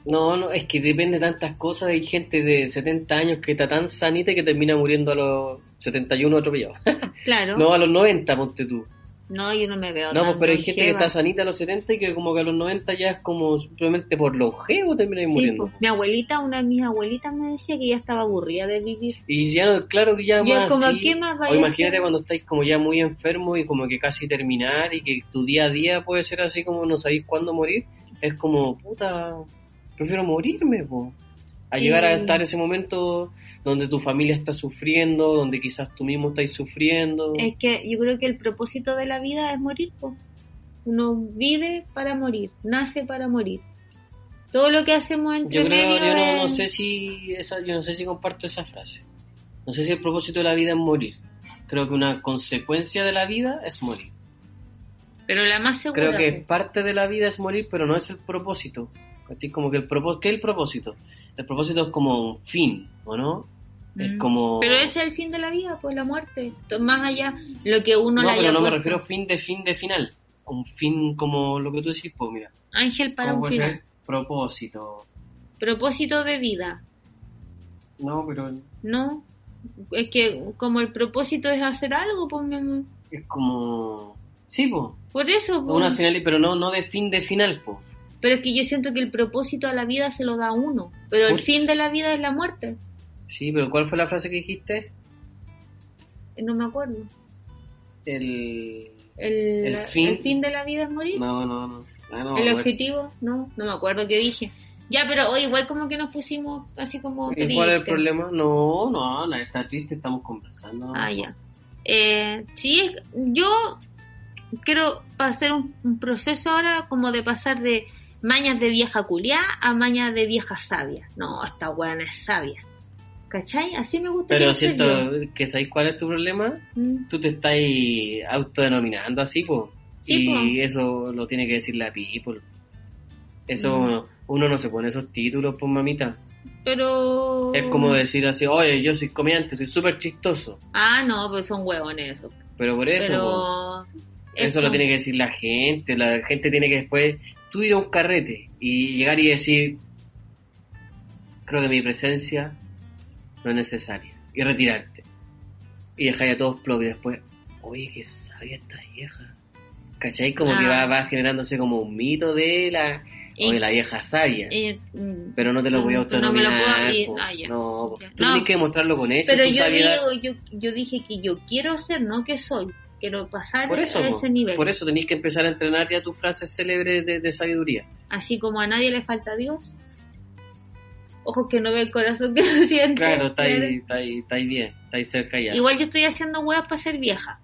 Speaker 2: no, no, es que depende de tantas cosas. Hay gente de 70 años que está tan sanita que termina muriendo a los 71 atropellados.
Speaker 3: Claro. No,
Speaker 2: No, a los 90, ponte tú.
Speaker 3: yo no me veo
Speaker 2: No, pues,
Speaker 3: tan
Speaker 2: pero hay gente que
Speaker 3: longeva.
Speaker 2: está sanita a los 70 y que como que a los 90 ya es como simplemente por longevo termináis
Speaker 3: Sí,
Speaker 2: muriendo.
Speaker 3: pues, mi abuelita, una de mis abuelitas me decía que ya estaba aburrida de vivir.
Speaker 2: Y ya no, claro que ya
Speaker 3: Y es
Speaker 2: más
Speaker 3: como,
Speaker 2: así.
Speaker 3: ¿qué más
Speaker 2: O
Speaker 3: vaya a
Speaker 2: imagínate
Speaker 3: hacer?
Speaker 2: cuando estáis como ya muy enfermo y como que casi terminar y que tu día a día puede ser así como no sabéis cuándo morir. Es como, puta, prefiero morirme, po. A
Speaker 3: Sí.
Speaker 2: llegar a estar ese momento donde tu familia está sufriendo, donde quizás tú mismo estáis sufriendo.
Speaker 3: Es que yo creo que el propósito de la vida es morir. pues. Uno vive para morir, nace para morir. Todo lo que hacemos entre
Speaker 2: Yo creo,
Speaker 3: medio
Speaker 2: yo no,
Speaker 3: es-
Speaker 2: no sé si esa, yo no sé si comparto esa frase. No sé si el propósito de la vida es morir. Creo que una consecuencia de la vida es morir.
Speaker 3: Pero la más segura.
Speaker 2: Creo que
Speaker 3: pues.
Speaker 2: parte de la vida es morir, pero no es el propósito. ¿Cachai? Como que el propósito, ¿qué es el propósito? El propósito es como un fin, ¿o no? Es
Speaker 3: Mm.
Speaker 2: como
Speaker 3: Pero ese es el fin de la vida, pues la muerte. To- Más allá, lo que uno
Speaker 2: no,
Speaker 3: la
Speaker 2: pero
Speaker 3: haya
Speaker 2: no me
Speaker 3: puesto.
Speaker 2: refiero a fin de fin de final. Un fin como lo que tú decís, pues mira,
Speaker 3: Ángel para
Speaker 2: ¿cómo
Speaker 3: un
Speaker 2: puede
Speaker 3: final.
Speaker 2: ser? propósito.
Speaker 3: Propósito de vida.
Speaker 2: No, pero
Speaker 3: No, es que como el propósito es hacer algo, pues, mi amor.
Speaker 2: es como sí, pues,
Speaker 3: por eso. pues.
Speaker 2: una final, pero no no de fin de final, pues.
Speaker 3: Pero es que yo siento que el propósito a la vida se lo da uno, pero el
Speaker 2: Uy.
Speaker 3: fin de la vida es la muerte.
Speaker 2: Sí, pero ¿cuál fue la frase que dijiste?
Speaker 3: No me acuerdo.
Speaker 2: El...
Speaker 3: El,
Speaker 2: El fin-
Speaker 3: el de la vida es morir.
Speaker 2: No, no, no. Ah, no,
Speaker 3: el
Speaker 2: bueno.
Speaker 3: objetivo, no, no me acuerdo qué dije. Ya, pero hoy igual como que nos pusimos así como.
Speaker 2: ¿Y cuál es el
Speaker 3: tristes.
Speaker 2: problema? No, no, nadie está triste, estamos conversando.
Speaker 3: Ah, ya. Eh, sí, es- yo quiero hacer un, un proceso ahora como de pasar de mañas de vieja culiá a mañas de vieja sabia. No, esta weona es sabia. ¿Cachai? Así me gusta.
Speaker 2: Pero siento que sabéis cuál es tu problema.
Speaker 3: Mm,
Speaker 2: Tú te estás autodenominando así, po.
Speaker 3: Sí,
Speaker 2: y eso lo tiene que decir la people. Eso
Speaker 3: Mm.
Speaker 2: uno no se pone esos títulos, pues mamita.
Speaker 3: Pero...
Speaker 2: Es como decir así, oye, yo soy comediante, soy súper chistoso.
Speaker 3: Ah, no, pues son huevones esos.
Speaker 2: Pero por eso, po.
Speaker 3: Pero... es
Speaker 2: Eso lo
Speaker 3: como-
Speaker 2: tiene que decir la gente. La gente tiene que después tú ir a un carrete y llegar y decir, creo que mi presencia no es necesaria. Y retirarte. Y dejar a todos plop y después, oye, qué sabia esta vieja. ¿Cachai? Como que va,
Speaker 3: Ah.
Speaker 2: va generándose como un mito de la,
Speaker 3: Y-
Speaker 2: oye, la vieja sabia.
Speaker 3: y- mm.
Speaker 2: pero no te lo voy a
Speaker 3: no me lo puedo
Speaker 2: autonominar.
Speaker 3: ir-
Speaker 2: po.
Speaker 3: ah, ya.
Speaker 2: No, po.
Speaker 3: Ya.
Speaker 2: tú
Speaker 3: No.
Speaker 2: tienes que demostrarlo con hechos.
Speaker 3: Pero
Speaker 2: tu
Speaker 3: yo,
Speaker 2: sabiedad.
Speaker 3: digo, yo, yo dije que yo quiero ser, no que soy. Quiero pasar
Speaker 2: Por eso,
Speaker 3: a
Speaker 2: po.
Speaker 3: ese nivel.
Speaker 2: por eso tenéis que empezar a entrenar ya tus frases célebres de, de sabiduría.
Speaker 3: Así como a nadie le falta Dios. Ojos que no ve el corazón que [LAUGHS] no siente.
Speaker 2: Claro, está ahí, está ahí, está ahí bien, está ahí cerca ya.
Speaker 3: Igual yo estoy haciendo huevas para ser vieja.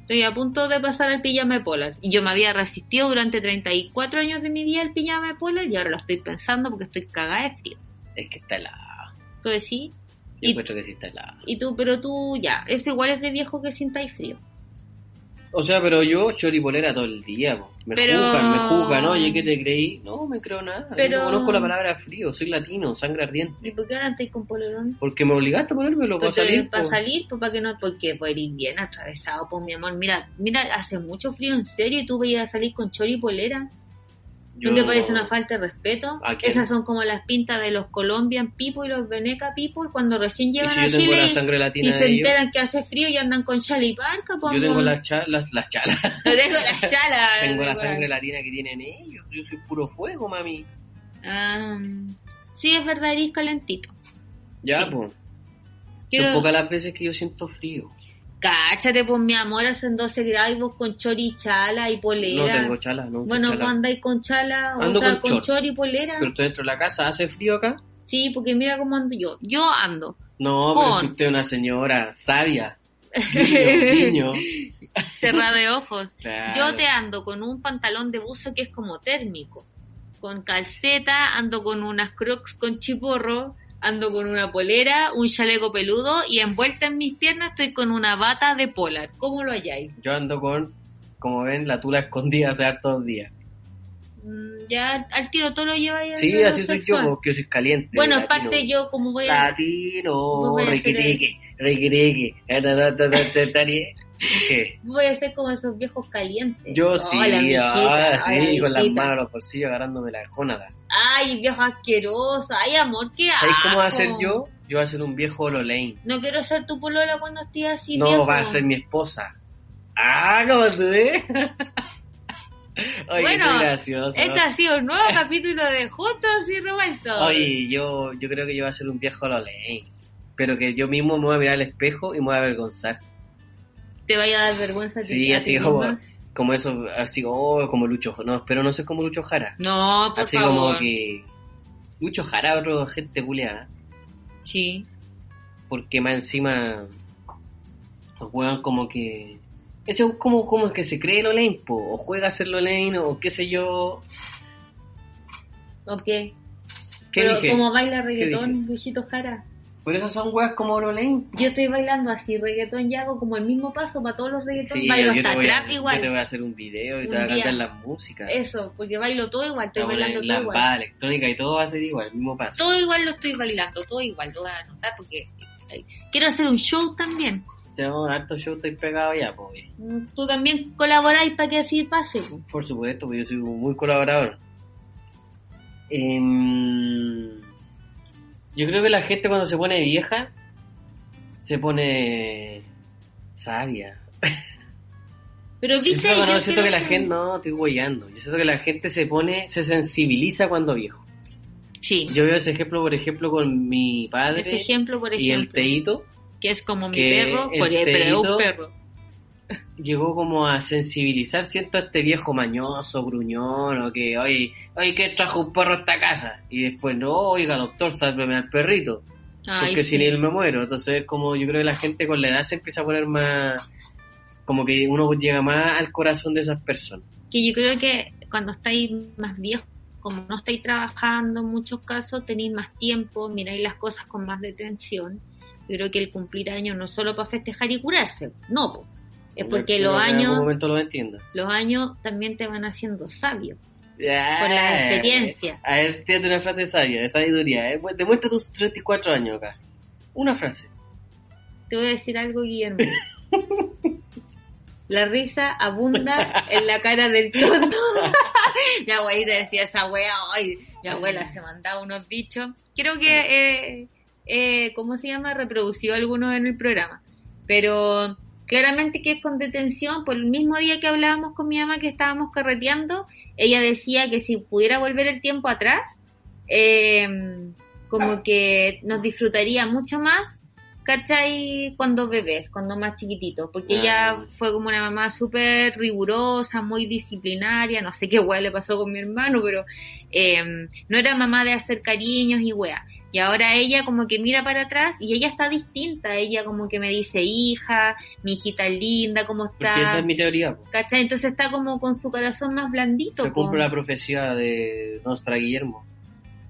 Speaker 3: Estoy a punto de pasar al pijama de polar. Y yo me había resistido durante 34 años de mi vida al pijama de polar y ahora lo estoy pensando porque estoy cagada de frío.
Speaker 2: Es que está helado.
Speaker 3: Entonces sí.
Speaker 2: Yo
Speaker 3: Y-
Speaker 2: encuentro que sí está helado.
Speaker 3: Y tú, pero tú ya, eso igual es de viejo que sintáis frío.
Speaker 2: O sea, pero yo choripolera todo el día, po. me
Speaker 3: Pero-
Speaker 2: juzgan, me juzgan, oye, ¿qué te creí? No, me creo nada, yo
Speaker 3: Pero-
Speaker 2: no conozco la palabra frío, soy latino, sangre ardiente.
Speaker 3: ¿Y por qué ahora estáis con polerón?
Speaker 2: Porque me obligaste a ponérmelo para
Speaker 3: Pues
Speaker 2: salir.
Speaker 3: para
Speaker 2: po.
Speaker 3: salir, pues para que no, porque pues eres bien atravesado, pues mi amor. Mira, mira, hace mucho frío en serio y tú veías a salir con chori y polera. ¿No
Speaker 2: Yo
Speaker 3: te parece
Speaker 2: no-
Speaker 3: una falta de respeto?
Speaker 2: ¿A quién?
Speaker 3: Esas son como las pintas de los Colombian people y los Veneca people cuando recién
Speaker 2: Y
Speaker 3: llegan
Speaker 2: si
Speaker 3: a
Speaker 2: yo tengo
Speaker 3: Chile
Speaker 2: la sangre
Speaker 3: y
Speaker 2: latina
Speaker 3: se
Speaker 2: de ellos,
Speaker 3: enteran que hace frío y andan con chala y barca. Pues,
Speaker 2: yo tengo
Speaker 3: amor.
Speaker 2: las cha- las- las chalas.
Speaker 3: [LAUGHS] tengo
Speaker 2: [LAUGHS]
Speaker 3: la ah, chala.
Speaker 2: Tengo la
Speaker 3: amor.
Speaker 2: sangre latina que tienen ellos. Yo soy puro fuego, mami.
Speaker 3: Ah, sí, es verdad, eres calentito.
Speaker 2: Ya,
Speaker 3: Sí.
Speaker 2: pues. Son
Speaker 3: Quiero...
Speaker 2: pocas las veces que yo siento frío.
Speaker 3: Cáchate, pues mi amor, hacen 12 grados y vos con chori y chala y
Speaker 2: No
Speaker 3: polera.
Speaker 2: tengo chalas, no. uso
Speaker 3: Bueno,
Speaker 2: chalas.
Speaker 3: vos andáis con chala, o
Speaker 2: Ando
Speaker 3: sea,
Speaker 2: con
Speaker 3: con
Speaker 2: short.
Speaker 3: chori y polera.
Speaker 2: Pero estoy dentro de la casa. ¿Hace frío acá?
Speaker 3: Sí, porque mira cómo ando yo. Yo ando.
Speaker 2: No, pero
Speaker 3: Con.
Speaker 2: es que usted es una señora
Speaker 3: [LAUGHS]
Speaker 2: sabia. Niño, niño.
Speaker 3: Cerrada de ojos.
Speaker 2: Claro.
Speaker 3: Yo te ando con un pantalón de buzo que es como térmico, con calceta, ando con unas crocs con chiporro, ando con una polera, un chaleco peludo y envuelta en mis piernas estoy con una bata de polar. ¿Cómo lo halláis?
Speaker 2: Yo ando con, como ven, la tula escondida hace hartos días.
Speaker 3: Mm, Ya al tiro todo lo lleváis. al
Speaker 2: Sí,
Speaker 3: lado
Speaker 2: así soy yo,
Speaker 3: sexual.
Speaker 2: porque yo soy caliente.
Speaker 3: Bueno,
Speaker 2: latino.
Speaker 3: aparte yo como voy a...
Speaker 2: Latino,
Speaker 3: Vos voy a hacer
Speaker 2: requeteque, requeteque. eh, ta, ta, ta, ta, ta, ta, ni- ¿Qué?
Speaker 3: Voy a ser como esos viejos calientes.
Speaker 2: Yo
Speaker 3: Hola,
Speaker 2: sí,
Speaker 3: mijita,
Speaker 2: ah,
Speaker 3: hola,
Speaker 2: sí, con las
Speaker 3: mijita.
Speaker 2: manos a los bolsillos agarrándome las jónadas.
Speaker 3: Ay, viejo asqueroso. Ay, amor, ¿qué haces?
Speaker 2: ¿Sabéis cómo va a
Speaker 3: Ah,
Speaker 2: ser
Speaker 3: oh.
Speaker 2: yo? Yo voy a ser un viejo Lolain.
Speaker 3: No quiero ser tu polola cuando estés así.
Speaker 2: no,
Speaker 3: viejo.
Speaker 2: va a ser mi esposa. Ah, ¿cómo
Speaker 3: [LAUGHS]
Speaker 2: se ve? Oye,
Speaker 3: Bueno,
Speaker 2: soy gracioso.
Speaker 3: Este ha sido un
Speaker 2: [LAUGHS]
Speaker 3: nuevo capítulo de Justos y Revueltos.
Speaker 2: Oye, yo, yo creo que yo voy a ser un viejo Lolain. Pero que yo mismo me voy a mirar al espejo y me voy a avergonzar.
Speaker 3: Te vaya a dar vergüenza. a ti-
Speaker 2: Sí,
Speaker 3: a
Speaker 2: así
Speaker 3: ti
Speaker 2: como,
Speaker 3: misma.
Speaker 2: como eso, así oh, como Lucho. No, pero no sé como Lucho Jara.
Speaker 3: No, por
Speaker 2: Así
Speaker 3: favor.
Speaker 2: como que. Lucho Jara, otro gente culeada.
Speaker 3: Sí.
Speaker 2: porque más encima los juegan como que ese es como como que se cree lo lane po, o juega a ser lo lane o qué sé yo
Speaker 3: Ok.
Speaker 2: qué
Speaker 3: Pero
Speaker 2: dije
Speaker 3: como baila
Speaker 2: dije?
Speaker 3: reggaetón, Luchito Jara.
Speaker 2: pero esas son weas como lo lane
Speaker 3: Yo estoy bailando así, reggaetón, y hago como el mismo paso para todos los reggaetón.
Speaker 2: sí
Speaker 3: bailo
Speaker 2: yo, yo te
Speaker 3: hasta
Speaker 2: voy a,
Speaker 3: trap
Speaker 2: yo te
Speaker 3: igual.
Speaker 2: voy a hacer un video y
Speaker 3: Un
Speaker 2: te voy a
Speaker 3: día.
Speaker 2: cantar las músicas
Speaker 3: Eso, porque bailo todo igual, estoy
Speaker 2: la
Speaker 3: bailando
Speaker 2: la
Speaker 3: todo igual.
Speaker 2: balada electrónica y todo va a ser igual el mismo paso
Speaker 3: Todo igual lo estoy bailando, todo igual, lo voy a anotar porque eh, quiero hacer un show también.
Speaker 2: tengo harto show estoy pegado ya po, eh.
Speaker 3: Mm, Tú también colaboráis para que así pase. po.
Speaker 2: por supuesto porque yo soy un muy colaborador Em, yo creo que la gente cuando se pone vieja se pone sabia
Speaker 3: Pero
Speaker 2: Yo
Speaker 3: viste,
Speaker 2: siento, que no,
Speaker 3: yo
Speaker 2: siento que
Speaker 3: creo
Speaker 2: la gente, no, estoy huellando. Yo siento que la gente se pone, se sensibiliza cuando viejo.
Speaker 3: Sí,
Speaker 2: Yo veo ese ejemplo, por ejemplo, con mi padre
Speaker 3: este ejemplo, por
Speaker 2: y el
Speaker 3: ejemplo,
Speaker 2: teito.
Speaker 3: que es como mi
Speaker 2: que
Speaker 3: perro,
Speaker 2: el
Speaker 3: por pero es un
Speaker 2: teíto-
Speaker 3: perro.
Speaker 2: Llegó como a sensibilizar, siento, a este viejo mañoso, gruñón, o que, oye, oye, que trajo un perro a esta casa. Y después, no, oiga, doctor, sálveme al perrito.
Speaker 3: Ay,
Speaker 2: porque
Speaker 3: sí.
Speaker 2: sin él me muero. Entonces, como yo creo que la gente con la edad se empieza a poner más. Como que uno llega más al corazón de esas personas.
Speaker 3: Que yo creo que cuando estáis más viejos, como no estáis trabajando en muchos casos, tenéis más tiempo, miráis las cosas con más detención. Yo creo que el cumplir años no es solo para festejar y curarse, no, po. es porque
Speaker 2: Espero
Speaker 3: los
Speaker 2: que en algún
Speaker 3: años,
Speaker 2: momento lo entiendas.
Speaker 3: los años también te van haciendo sabio
Speaker 2: Ah,
Speaker 3: por la experiencia.
Speaker 2: A ver, tírate una frase sabia, de sabiduría. eh. Demuestra tus 34 años acá. Una frase.
Speaker 3: Te voy a decir algo, Guillermo. La risa abunda en la cara del tonto. mi abuelita decía esa wea, ay, mi abuela se mandaba unos bichos. Creo que, eh, eh, ¿cómo se llama? Reprodució algunos en el programa. Pero claramente que es con detención. Por el mismo día que hablábamos con mi mamá que estábamos carreteando, ella decía que si pudiera volver el tiempo atrás, eh, como que nos disfrutaría mucho más ¿cachai? Cuando bebés, cuando más chiquititos, porque
Speaker 2: Ah.
Speaker 3: ella fue como una mamá súper rigurosa, muy disciplinaria, no sé qué hueá le pasó con mi hermano, pero eh, no era mamá de hacer cariños y hueá. Y ahora ella como que mira para atrás y ella está distinta, ella como que me dice, hija, mi hijita linda, ¿cómo
Speaker 2: Porque esa
Speaker 3: está?
Speaker 2: es mi teoría. po.
Speaker 3: ¿Cachai? Entonces está como con su corazón más blandito.
Speaker 2: Yo
Speaker 3: po.
Speaker 2: cumplo la profecía de Nostra Guillermo.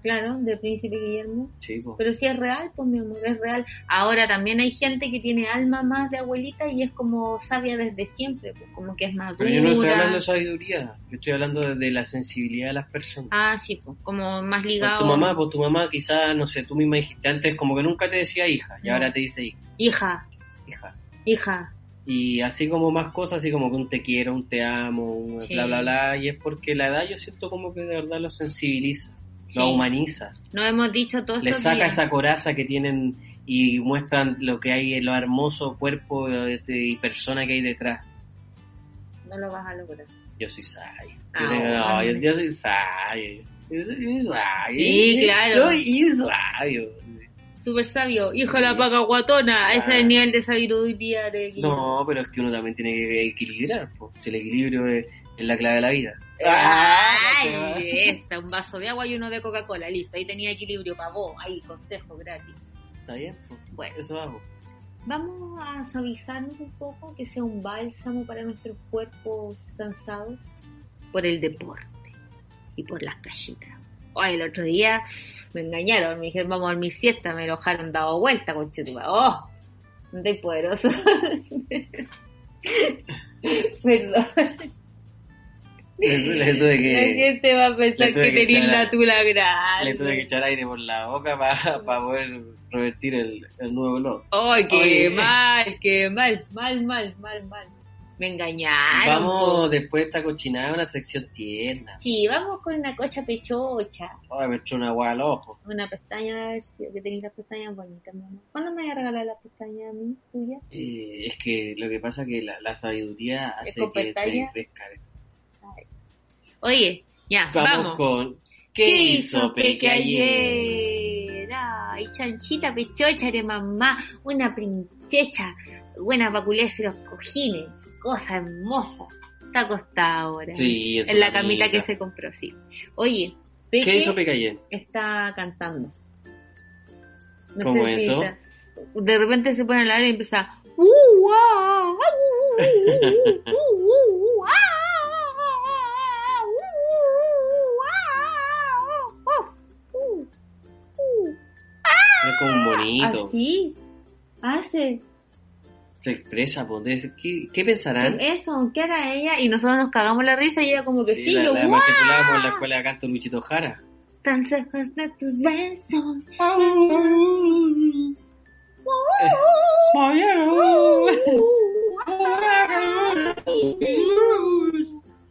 Speaker 3: claro, de Príncipe Guillermo.
Speaker 2: Sí, po.
Speaker 3: Pero si es real, pues mi amor, es real. Ahora también hay gente que tiene alma más de abuelita y es como sabia desde siempre, pues como que es madura.
Speaker 2: Pero yo no estoy hablando de sabiduría, yo estoy hablando de, de la sensibilidad de las personas.
Speaker 3: Ah, sí, pues como más
Speaker 2: Por
Speaker 3: ligado.
Speaker 2: tu mamá, por tu mamá, quizás, no sé, tú misma dijiste antes como que nunca te decía hija, y
Speaker 3: No.
Speaker 2: ahora te dice hija,
Speaker 3: Hija,
Speaker 2: hija.
Speaker 3: hija.
Speaker 2: Y así como más cosas, así como que un te quiero, un te amo, un
Speaker 3: Sí.
Speaker 2: bla, bla, bla, y es porque la edad yo siento como que de verdad lo sensibiliza,
Speaker 3: Sí.
Speaker 2: lo humaniza,
Speaker 3: No hemos dicho todo
Speaker 2: le
Speaker 3: esto.
Speaker 2: saca esa coraza que tienen y muestran lo que hay, lo hermoso cuerpo eh, y persona que hay detrás.
Speaker 3: No lo vas a lograr.
Speaker 2: Yo soy sabio.
Speaker 3: Ah,
Speaker 2: Yo, tengo- no,
Speaker 3: hombre.
Speaker 2: yo, yo soy sabio. Yo soy, yo soy sabio.
Speaker 3: Sí, claro.
Speaker 2: Yo soy sabio.
Speaker 3: Súper sabio, hijo de la paca guatona. Ese es el nivel de sabiduría de Guillermo.
Speaker 2: Ah. No, pero es que uno también tiene que equilibrar. po. El equilibrio es, es la clave de la vida. Ah,
Speaker 3: Ah, Ay, esta, un vaso de agua y uno de Coca-Cola, listo. Ahí tenía equilibrio para vos, ahí, consejo gratis.
Speaker 2: Está bien, po.
Speaker 3: Bueno,
Speaker 2: eso hago.
Speaker 3: vamos a suavizarnos un poco, que sea un bálsamo para nuestros cuerpos cansados por el deporte y por las callitas. Ay, el otro día me engañaron, me dijeron vamos a dormir siesta, me enojaron dado vuelta con Oh, de poderoso. [LAUGHS] Perdón.
Speaker 2: [LAUGHS] Le tuve
Speaker 3: La
Speaker 2: que,
Speaker 3: gente este va a pensar
Speaker 2: le
Speaker 3: que,
Speaker 2: tuve que
Speaker 3: tenés
Speaker 2: echar a-
Speaker 3: la tula grande.
Speaker 2: le tuve que echar aire por la boca para poder revertir el, el nuevo blog.
Speaker 3: ¡Ay, qué
Speaker 2: Oye.
Speaker 3: mal, qué mal, mal, mal, mal, mal! Me engañaron. po.
Speaker 2: Vamos después de esta cochinada a una sección tierna.
Speaker 3: Sí, vamos con una cocha pechocha.
Speaker 2: Ay, me echó una agua al ojo.
Speaker 3: Una pestaña, a ver si que tenéis las pestañas bonitas, mamá. ¿Cuándo me voy a regalar las pestañas a mí, tuya?
Speaker 2: Eh, es que lo que pasa es que la, la sabiduría
Speaker 3: Es
Speaker 2: hace
Speaker 3: con
Speaker 2: que te
Speaker 3: pestaña.
Speaker 2: crezcan
Speaker 3: Oye, ya,
Speaker 2: Vamos,
Speaker 3: vamos.
Speaker 2: con ¿Qué, hizo Peque ayer?
Speaker 3: Ay, chanchita pechocha de mamá, una princesa, buena para culiarse los cojines, cosa hermosa. Está acostada ahora.
Speaker 2: Sí, es
Speaker 3: en la
Speaker 2: una
Speaker 3: camita
Speaker 2: amiga.
Speaker 3: que se compró, sí. Oye, Peque
Speaker 2: ¿Qué hizo Peque ayer?
Speaker 3: está cantando. No
Speaker 2: ¿Cómo
Speaker 3: sé si
Speaker 2: eso?
Speaker 3: está- De repente se pone a hablar y empieza. "Uh, ah, ah, uh, uh, uh, uh, uh, ah, ah, ah, uh, uh, uh, ah, ah, uh, uh".
Speaker 2: Es como un bonito.
Speaker 3: Así hace
Speaker 2: Se expresa, pues, de- ¿qué, qué pensarán? Eh,
Speaker 3: eso, ¿qué hará ella? Y nosotros nos cagamos la risa y ella como que sí,
Speaker 2: la,
Speaker 3: yo,
Speaker 2: la
Speaker 3: "Guau".
Speaker 2: matriculamos en la escuela de canto Luchito Jara.
Speaker 3: tan lejos de tus besos.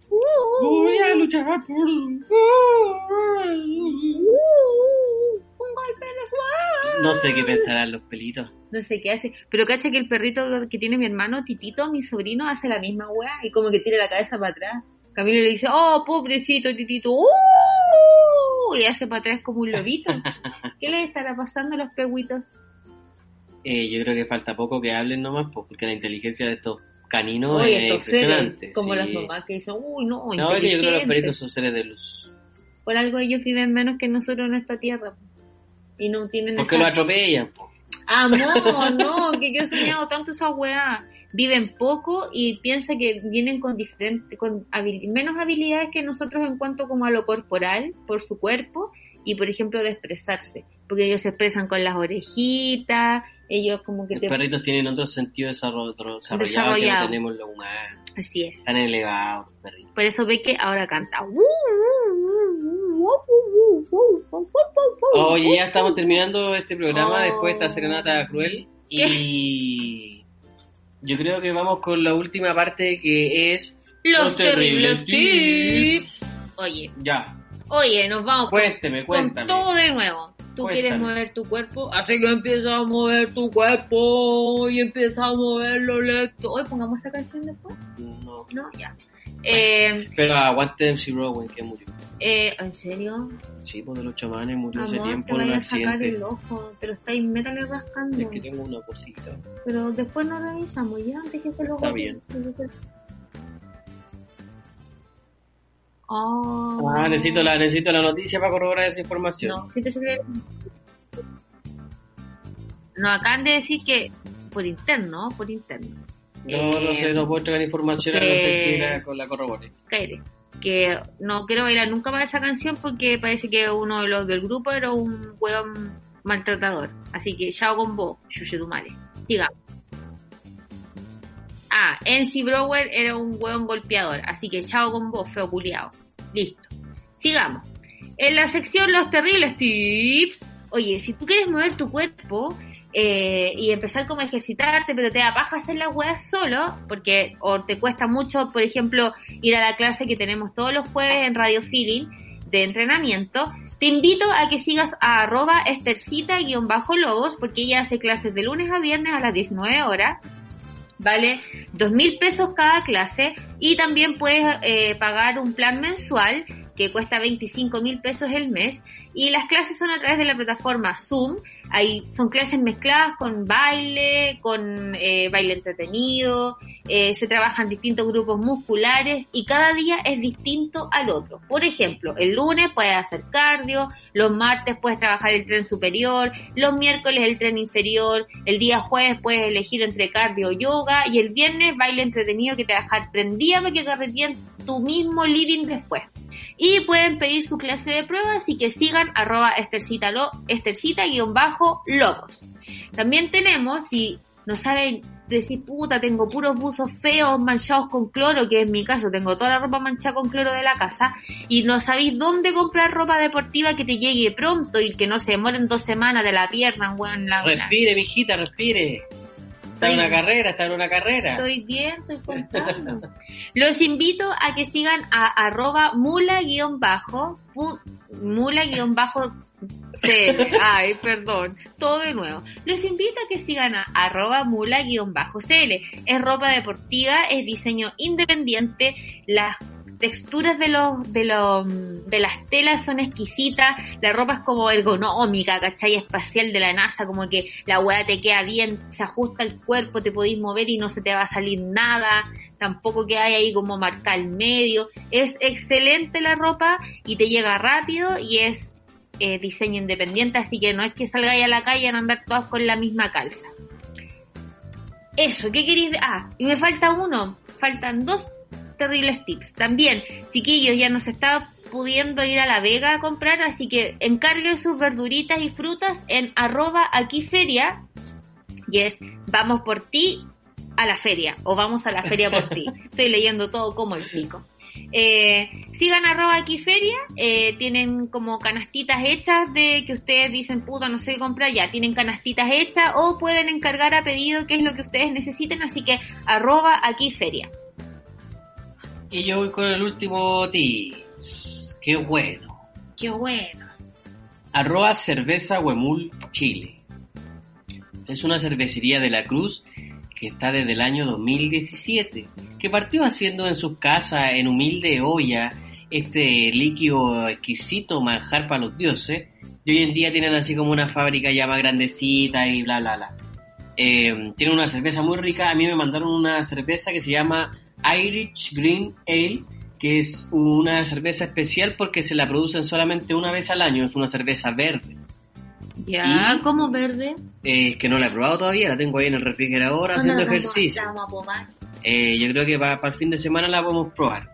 Speaker 2: Voy a luchar por...
Speaker 3: Un golpe de fuego.
Speaker 2: No sé qué pensarán los pelitos.
Speaker 3: No sé qué hace. Pero cacha que el perrito que tiene mi hermano, Titito, mi sobrino, hace la misma weá y como que tira la cabeza para atrás. Camilo le dice, oh, pobrecito Titito. ¡Uh! Y hace para atrás como un
Speaker 2: [LAUGHS]
Speaker 3: lobito. ¿Qué les estará pasando a los peguitos?
Speaker 2: Eh, yo creo que falta poco que hablen nomás, pues, porque la inteligencia de estos caninos
Speaker 3: Oye,
Speaker 2: es
Speaker 3: estos seres,
Speaker 2: impresionante.
Speaker 3: como
Speaker 2: sí.
Speaker 3: las mamás que dicen, uy, no,
Speaker 2: No, es que yo creo que los
Speaker 3: inteligente".
Speaker 2: pelitos son seres de luz.
Speaker 3: Por algo ellos viven menos que nosotros en esta tierra. Y no tienen
Speaker 2: ¿Por qué
Speaker 3: esa-
Speaker 2: los atropellan? pues. po?
Speaker 3: Amor, no, que yo he soñado tanto esa weá. Viven poco y piensa que vienen con diferente, con habili- menos habilidades que nosotros en cuanto como a lo corporal, por su cuerpo, y por ejemplo de expresarse, porque ellos se expresan con las orejitas, ellos como que
Speaker 2: Los
Speaker 3: te...
Speaker 2: perritos tienen otro sentido desarro- otro desarrollado, que no
Speaker 3: Desarrollado.
Speaker 2: tenemos los humanos.
Speaker 3: Así es.
Speaker 2: Están elevados los perritos.
Speaker 3: Por eso ve que ahora canta. ¡Uh!
Speaker 2: Oye, ya estamos terminando este programa
Speaker 3: Oh.
Speaker 2: después de esta serenata cruel.
Speaker 3: [LAUGHS]
Speaker 2: Y yo creo que vamos con la última parte que es...
Speaker 3: Los terribles tips. Oye,
Speaker 2: Ya,
Speaker 3: oye, nos vamos con
Speaker 2: cuénteme, cuéntame.
Speaker 3: Con todo de nuevo. Tú
Speaker 2: Cuéntame.
Speaker 3: quieres mover tu cuerpo, así que empieza a mover tu cuerpo y empieza a moverlo lento. Hoy pongamos esta canción después,
Speaker 2: No,
Speaker 3: ¿no? Ya. Eh,
Speaker 2: Pero aguante MC Rowan que murió.
Speaker 3: eh, ¿En serio?
Speaker 2: Sí, pues de los chamanes murió hace
Speaker 3: Amor, te
Speaker 2: tiempo en
Speaker 3: voy
Speaker 2: un
Speaker 3: a sacar
Speaker 2: accidente.
Speaker 3: el ojo, te lo estáis métale rascando.
Speaker 2: Es que tengo una cosita.
Speaker 3: Pero después nos revisamos ya antes que se lo
Speaker 2: Está
Speaker 3: bote.
Speaker 2: bien.
Speaker 3: Oh.
Speaker 2: Ah, necesito la, necesito la noticia para corroborar esa información.
Speaker 3: No, si te sirve- Nos acaban de decir que por interno, por interno,
Speaker 2: No,
Speaker 3: eh,
Speaker 2: no sé, no puedo traer información a no ser que la, con la corrobore.
Speaker 3: Cállate. Que no quiero bailar nunca más esa canción porque parece que uno de los del grupo era un hueón maltratador. Así que chao con vos, Yushedumare. Digamos. Ah, NC Brower era un hueón golpeador. Así que chao con vos, feo culiao. Listo. Sigamos. En la sección Los Terribles Tips. Oye, si tú quieres mover tu cuerpo, eh, y empezar como a ejercitarte, pero te da paja hacer las weas solo, porque o te cuesta mucho, por ejemplo, ir a la clase que tenemos todos los jueves en Radio Feeling de entrenamiento, te invito a que sigas a arroba estercita-lobos, porque ella hace clases de lunes a viernes a las 19 horas, vale dos mil pesos cada clase, y también puedes eh, pagar un plan mensual que cuesta 25 mil pesos el mes, y las clases son a través de la plataforma Zoom, Ahí son clases mezcladas con baile, con eh, baile entretenido, eh, se trabajan distintos grupos musculares y cada día es distinto al otro. Por ejemplo, el lunes puedes hacer cardio, los martes puedes trabajar el tren superior, los miércoles el tren inferior, el día jueves puedes elegir entre cardio o yoga y el viernes baile entretenido que te va a dejar prendida para que carreteen tu mismo living después. Y pueden pedir su clase de prueba, así que sigan arroba estercita-lobos. También tenemos, si no saben decir, puta, tengo puros buzos feos manchados con cloro, que es mi caso, tengo toda la ropa manchada con cloro de la casa, y no sabéis dónde comprar ropa deportiva que te llegue pronto y que no se demoren dos semanas de la pierna, weón, la
Speaker 2: Respire, mijita, respire. Está en una carrera, está en una carrera.
Speaker 3: Estoy bien, estoy contando. [LAUGHS] Los invito a que sigan a arroba mula-bajo, [LAUGHS] mula-bajo CN. Ay, perdón, todo de nuevo. Los invito a que sigan a arroba mula-cl. Es ropa deportiva, es diseño independiente, las texturas de los, de los, de las telas son exquisitas, la ropa es como ergonómica, ¿cachai? Espacial de la NASA, como que la weá te queda bien, se ajusta el cuerpo, te podéis mover y no se te va a salir nada, tampoco que hay ahí como marca al medio. Es excelente la ropa y te llega rápido y es eh, diseño independiente, así que no es que salgáis a la calle a andar todas con la misma calza. Eso, ¿qué queréis? Ah, y me falta uno, faltan dos terribles tips. También, chiquillos, ya nos está pudiendo ir a la vega a comprar, así que encarguen sus verduritas y frutas en arroba aquí feria. Y es vamos por ti a la feria o vamos a la feria por [LAUGHS] ti. Estoy leyendo todo como el pico. Eh, sigan arroba aquí feria, eh, tienen como canastitas hechas de que ustedes dicen puta no sé qué comprar, ya tienen canastitas hechas o pueden encargar a pedido que es lo que ustedes necesiten, así que arroba aquí feria.
Speaker 2: Y yo voy con el último tip. Qué bueno.
Speaker 3: Qué bueno.
Speaker 2: Arroba cerveza Huemul Chile. Es una cervecería de la Cruz que está desde el año 2017, que partió haciendo en sus casas, en humilde olla, este líquido exquisito manjar para los dioses. Y hoy en día tienen así como una fábrica ya más grandecita y bla, bla, bla. Eh, tienen una cerveza muy rica. A mí me mandaron una cerveza que se llama Irish Green Ale, que es una cerveza especial porque se la producen solamente una vez al año, es una cerveza verde.
Speaker 3: Ya, como verde?
Speaker 2: Eh, Es que no la he probado todavía, la tengo ahí en el refrigerador haciendo ejercicio.
Speaker 3: Vamos a probar.
Speaker 2: Eh, yo creo que para, para el fin de semana la podemos probar.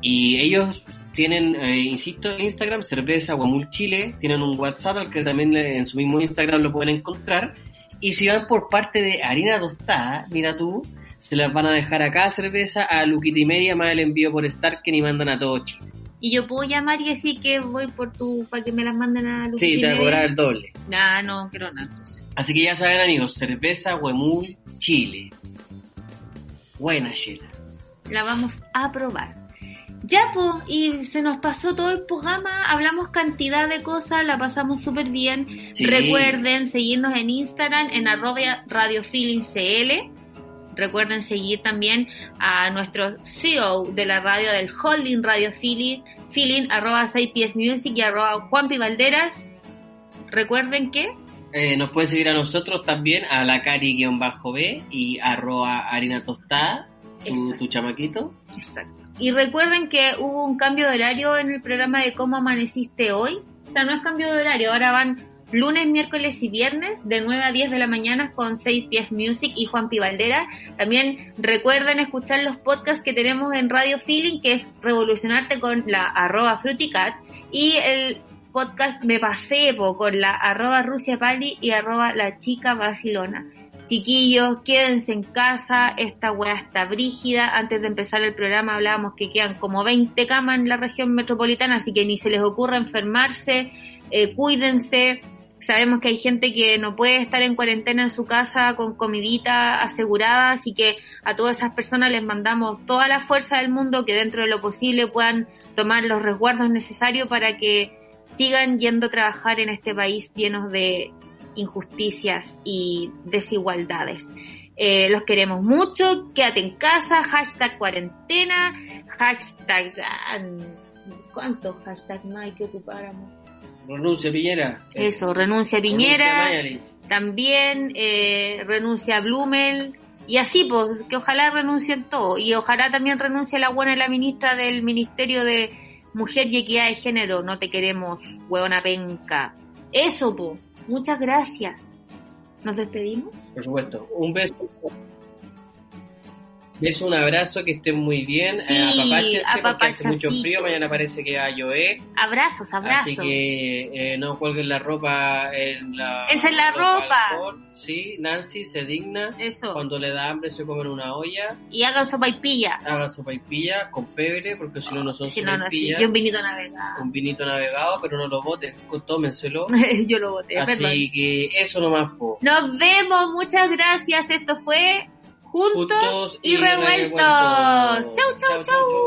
Speaker 2: Y ellos tienen, eh, insisto, en Instagram, cerveza Guamul Chile, tienen un WhatsApp al que también le- en su mismo Instagram lo pueden encontrar. Y si van por parte de harina tostada, mira tú, se las van a dejar a cada cerveza a Luquita y media más el envío por Starken y mandan a todo Chile.
Speaker 3: Y yo puedo llamar y decir que voy por tu, para que me las manden a Lucas.
Speaker 2: Sí, te va a cobrar el doble.
Speaker 3: Nah, no, quiero nada. entonces.
Speaker 2: Así que ya saben amigos, cerveza Guamul Chile. Buena chela.
Speaker 3: La vamos a probar. Ya, pues, y se nos pasó todo el programa, hablamos cantidad de cosas, la pasamos súper bien.
Speaker 2: Sí.
Speaker 3: Recuerden seguirnos en Instagram en arroba radiofeelingcl. Recuerden seguir también a nuestro CEO de la radio del holding Radio Feeling, feeling arroba 6 Music y arroba Juan Pivalderas. Recuerden que
Speaker 2: Eh, nos pueden seguir a nosotros también, a la cari-b y arroba harina tostada, tu,
Speaker 3: Exacto.
Speaker 2: tu chamaquito.
Speaker 3: Exacto. Y recuerden que hubo un cambio de horario en el programa de cómo amaneciste hoy. O sea, no es cambio de horario, ahora van lunes, miércoles y viernes de 9 a 10 de la mañana con 610 Music y Juan Pivaldera. También recuerden escuchar los podcasts que tenemos en Radio Feeling, que es Revolucionarte con la arroba Fruticat y el podcast Me Pasé po, con la arroba Rusia Pali y arroba La Chica Barcelona. Chiquillos, quédense en casa, esta weá está brígida. Antes de empezar el programa hablábamos que quedan como 20 camas en la región metropolitana, así que ni se les ocurra enfermarse, eh, cuídense. Sabemos que hay gente que no puede estar en cuarentena en su casa con comidita asegurada, así que a todas esas personas les mandamos toda la fuerza del mundo que dentro de lo posible puedan tomar los resguardos necesarios para que sigan yendo a trabajar en este país llenos de injusticias y desigualdades. Eh, los queremos mucho, quédate en casa, hashtag cuarentena, hashtag... ah, ¿Cuántos hashtags más hay que ocupáramos?
Speaker 2: Renuncia, Piñera.
Speaker 3: Eso,
Speaker 2: Renuncia,
Speaker 3: renuncia Piñera,
Speaker 2: Mañalich.
Speaker 3: también eh, renuncia Blumel, y así pues, que ojalá renuncien todos, y ojalá también renuncie la buena la ministra del Ministerio de Mujer y Equidad de Género, no te queremos, huevona penca. Eso pues, muchas gracias. ¿Nos despedimos?
Speaker 2: Por supuesto. Un beso. Beso, un abrazo, que estén muy bien.
Speaker 3: Sí,
Speaker 2: Eh, apapáchense porque hace mucho
Speaker 3: apapachacitos.
Speaker 2: frío. Mañana parece que va a llover.
Speaker 3: Abrazos,
Speaker 2: Así
Speaker 3: abrazos.
Speaker 2: que eh, no cuelguen la ropa en la.
Speaker 3: Echen la
Speaker 2: en los
Speaker 3: ropa.
Speaker 2: balcones. Sí, Nancy se digna.
Speaker 3: Eso.
Speaker 2: Cuando le da hambre se come en una olla.
Speaker 3: Y hagan sopa y pilla.
Speaker 2: Hagan sopaipilla con pebre, porque si no, no son
Speaker 3: Si no, no, sí.
Speaker 2: sopaipillas.
Speaker 3: Yo un vinito navegado.
Speaker 2: Un vinito navegado, pero no lo boten. co- Tómenselo.
Speaker 3: [LAUGHS] Yo lo boté, perdón.
Speaker 2: Así que eso nomás, po.
Speaker 3: Nos vemos, muchas gracias. Esto fue Juntos, y, revueltos. chau, chau. chau.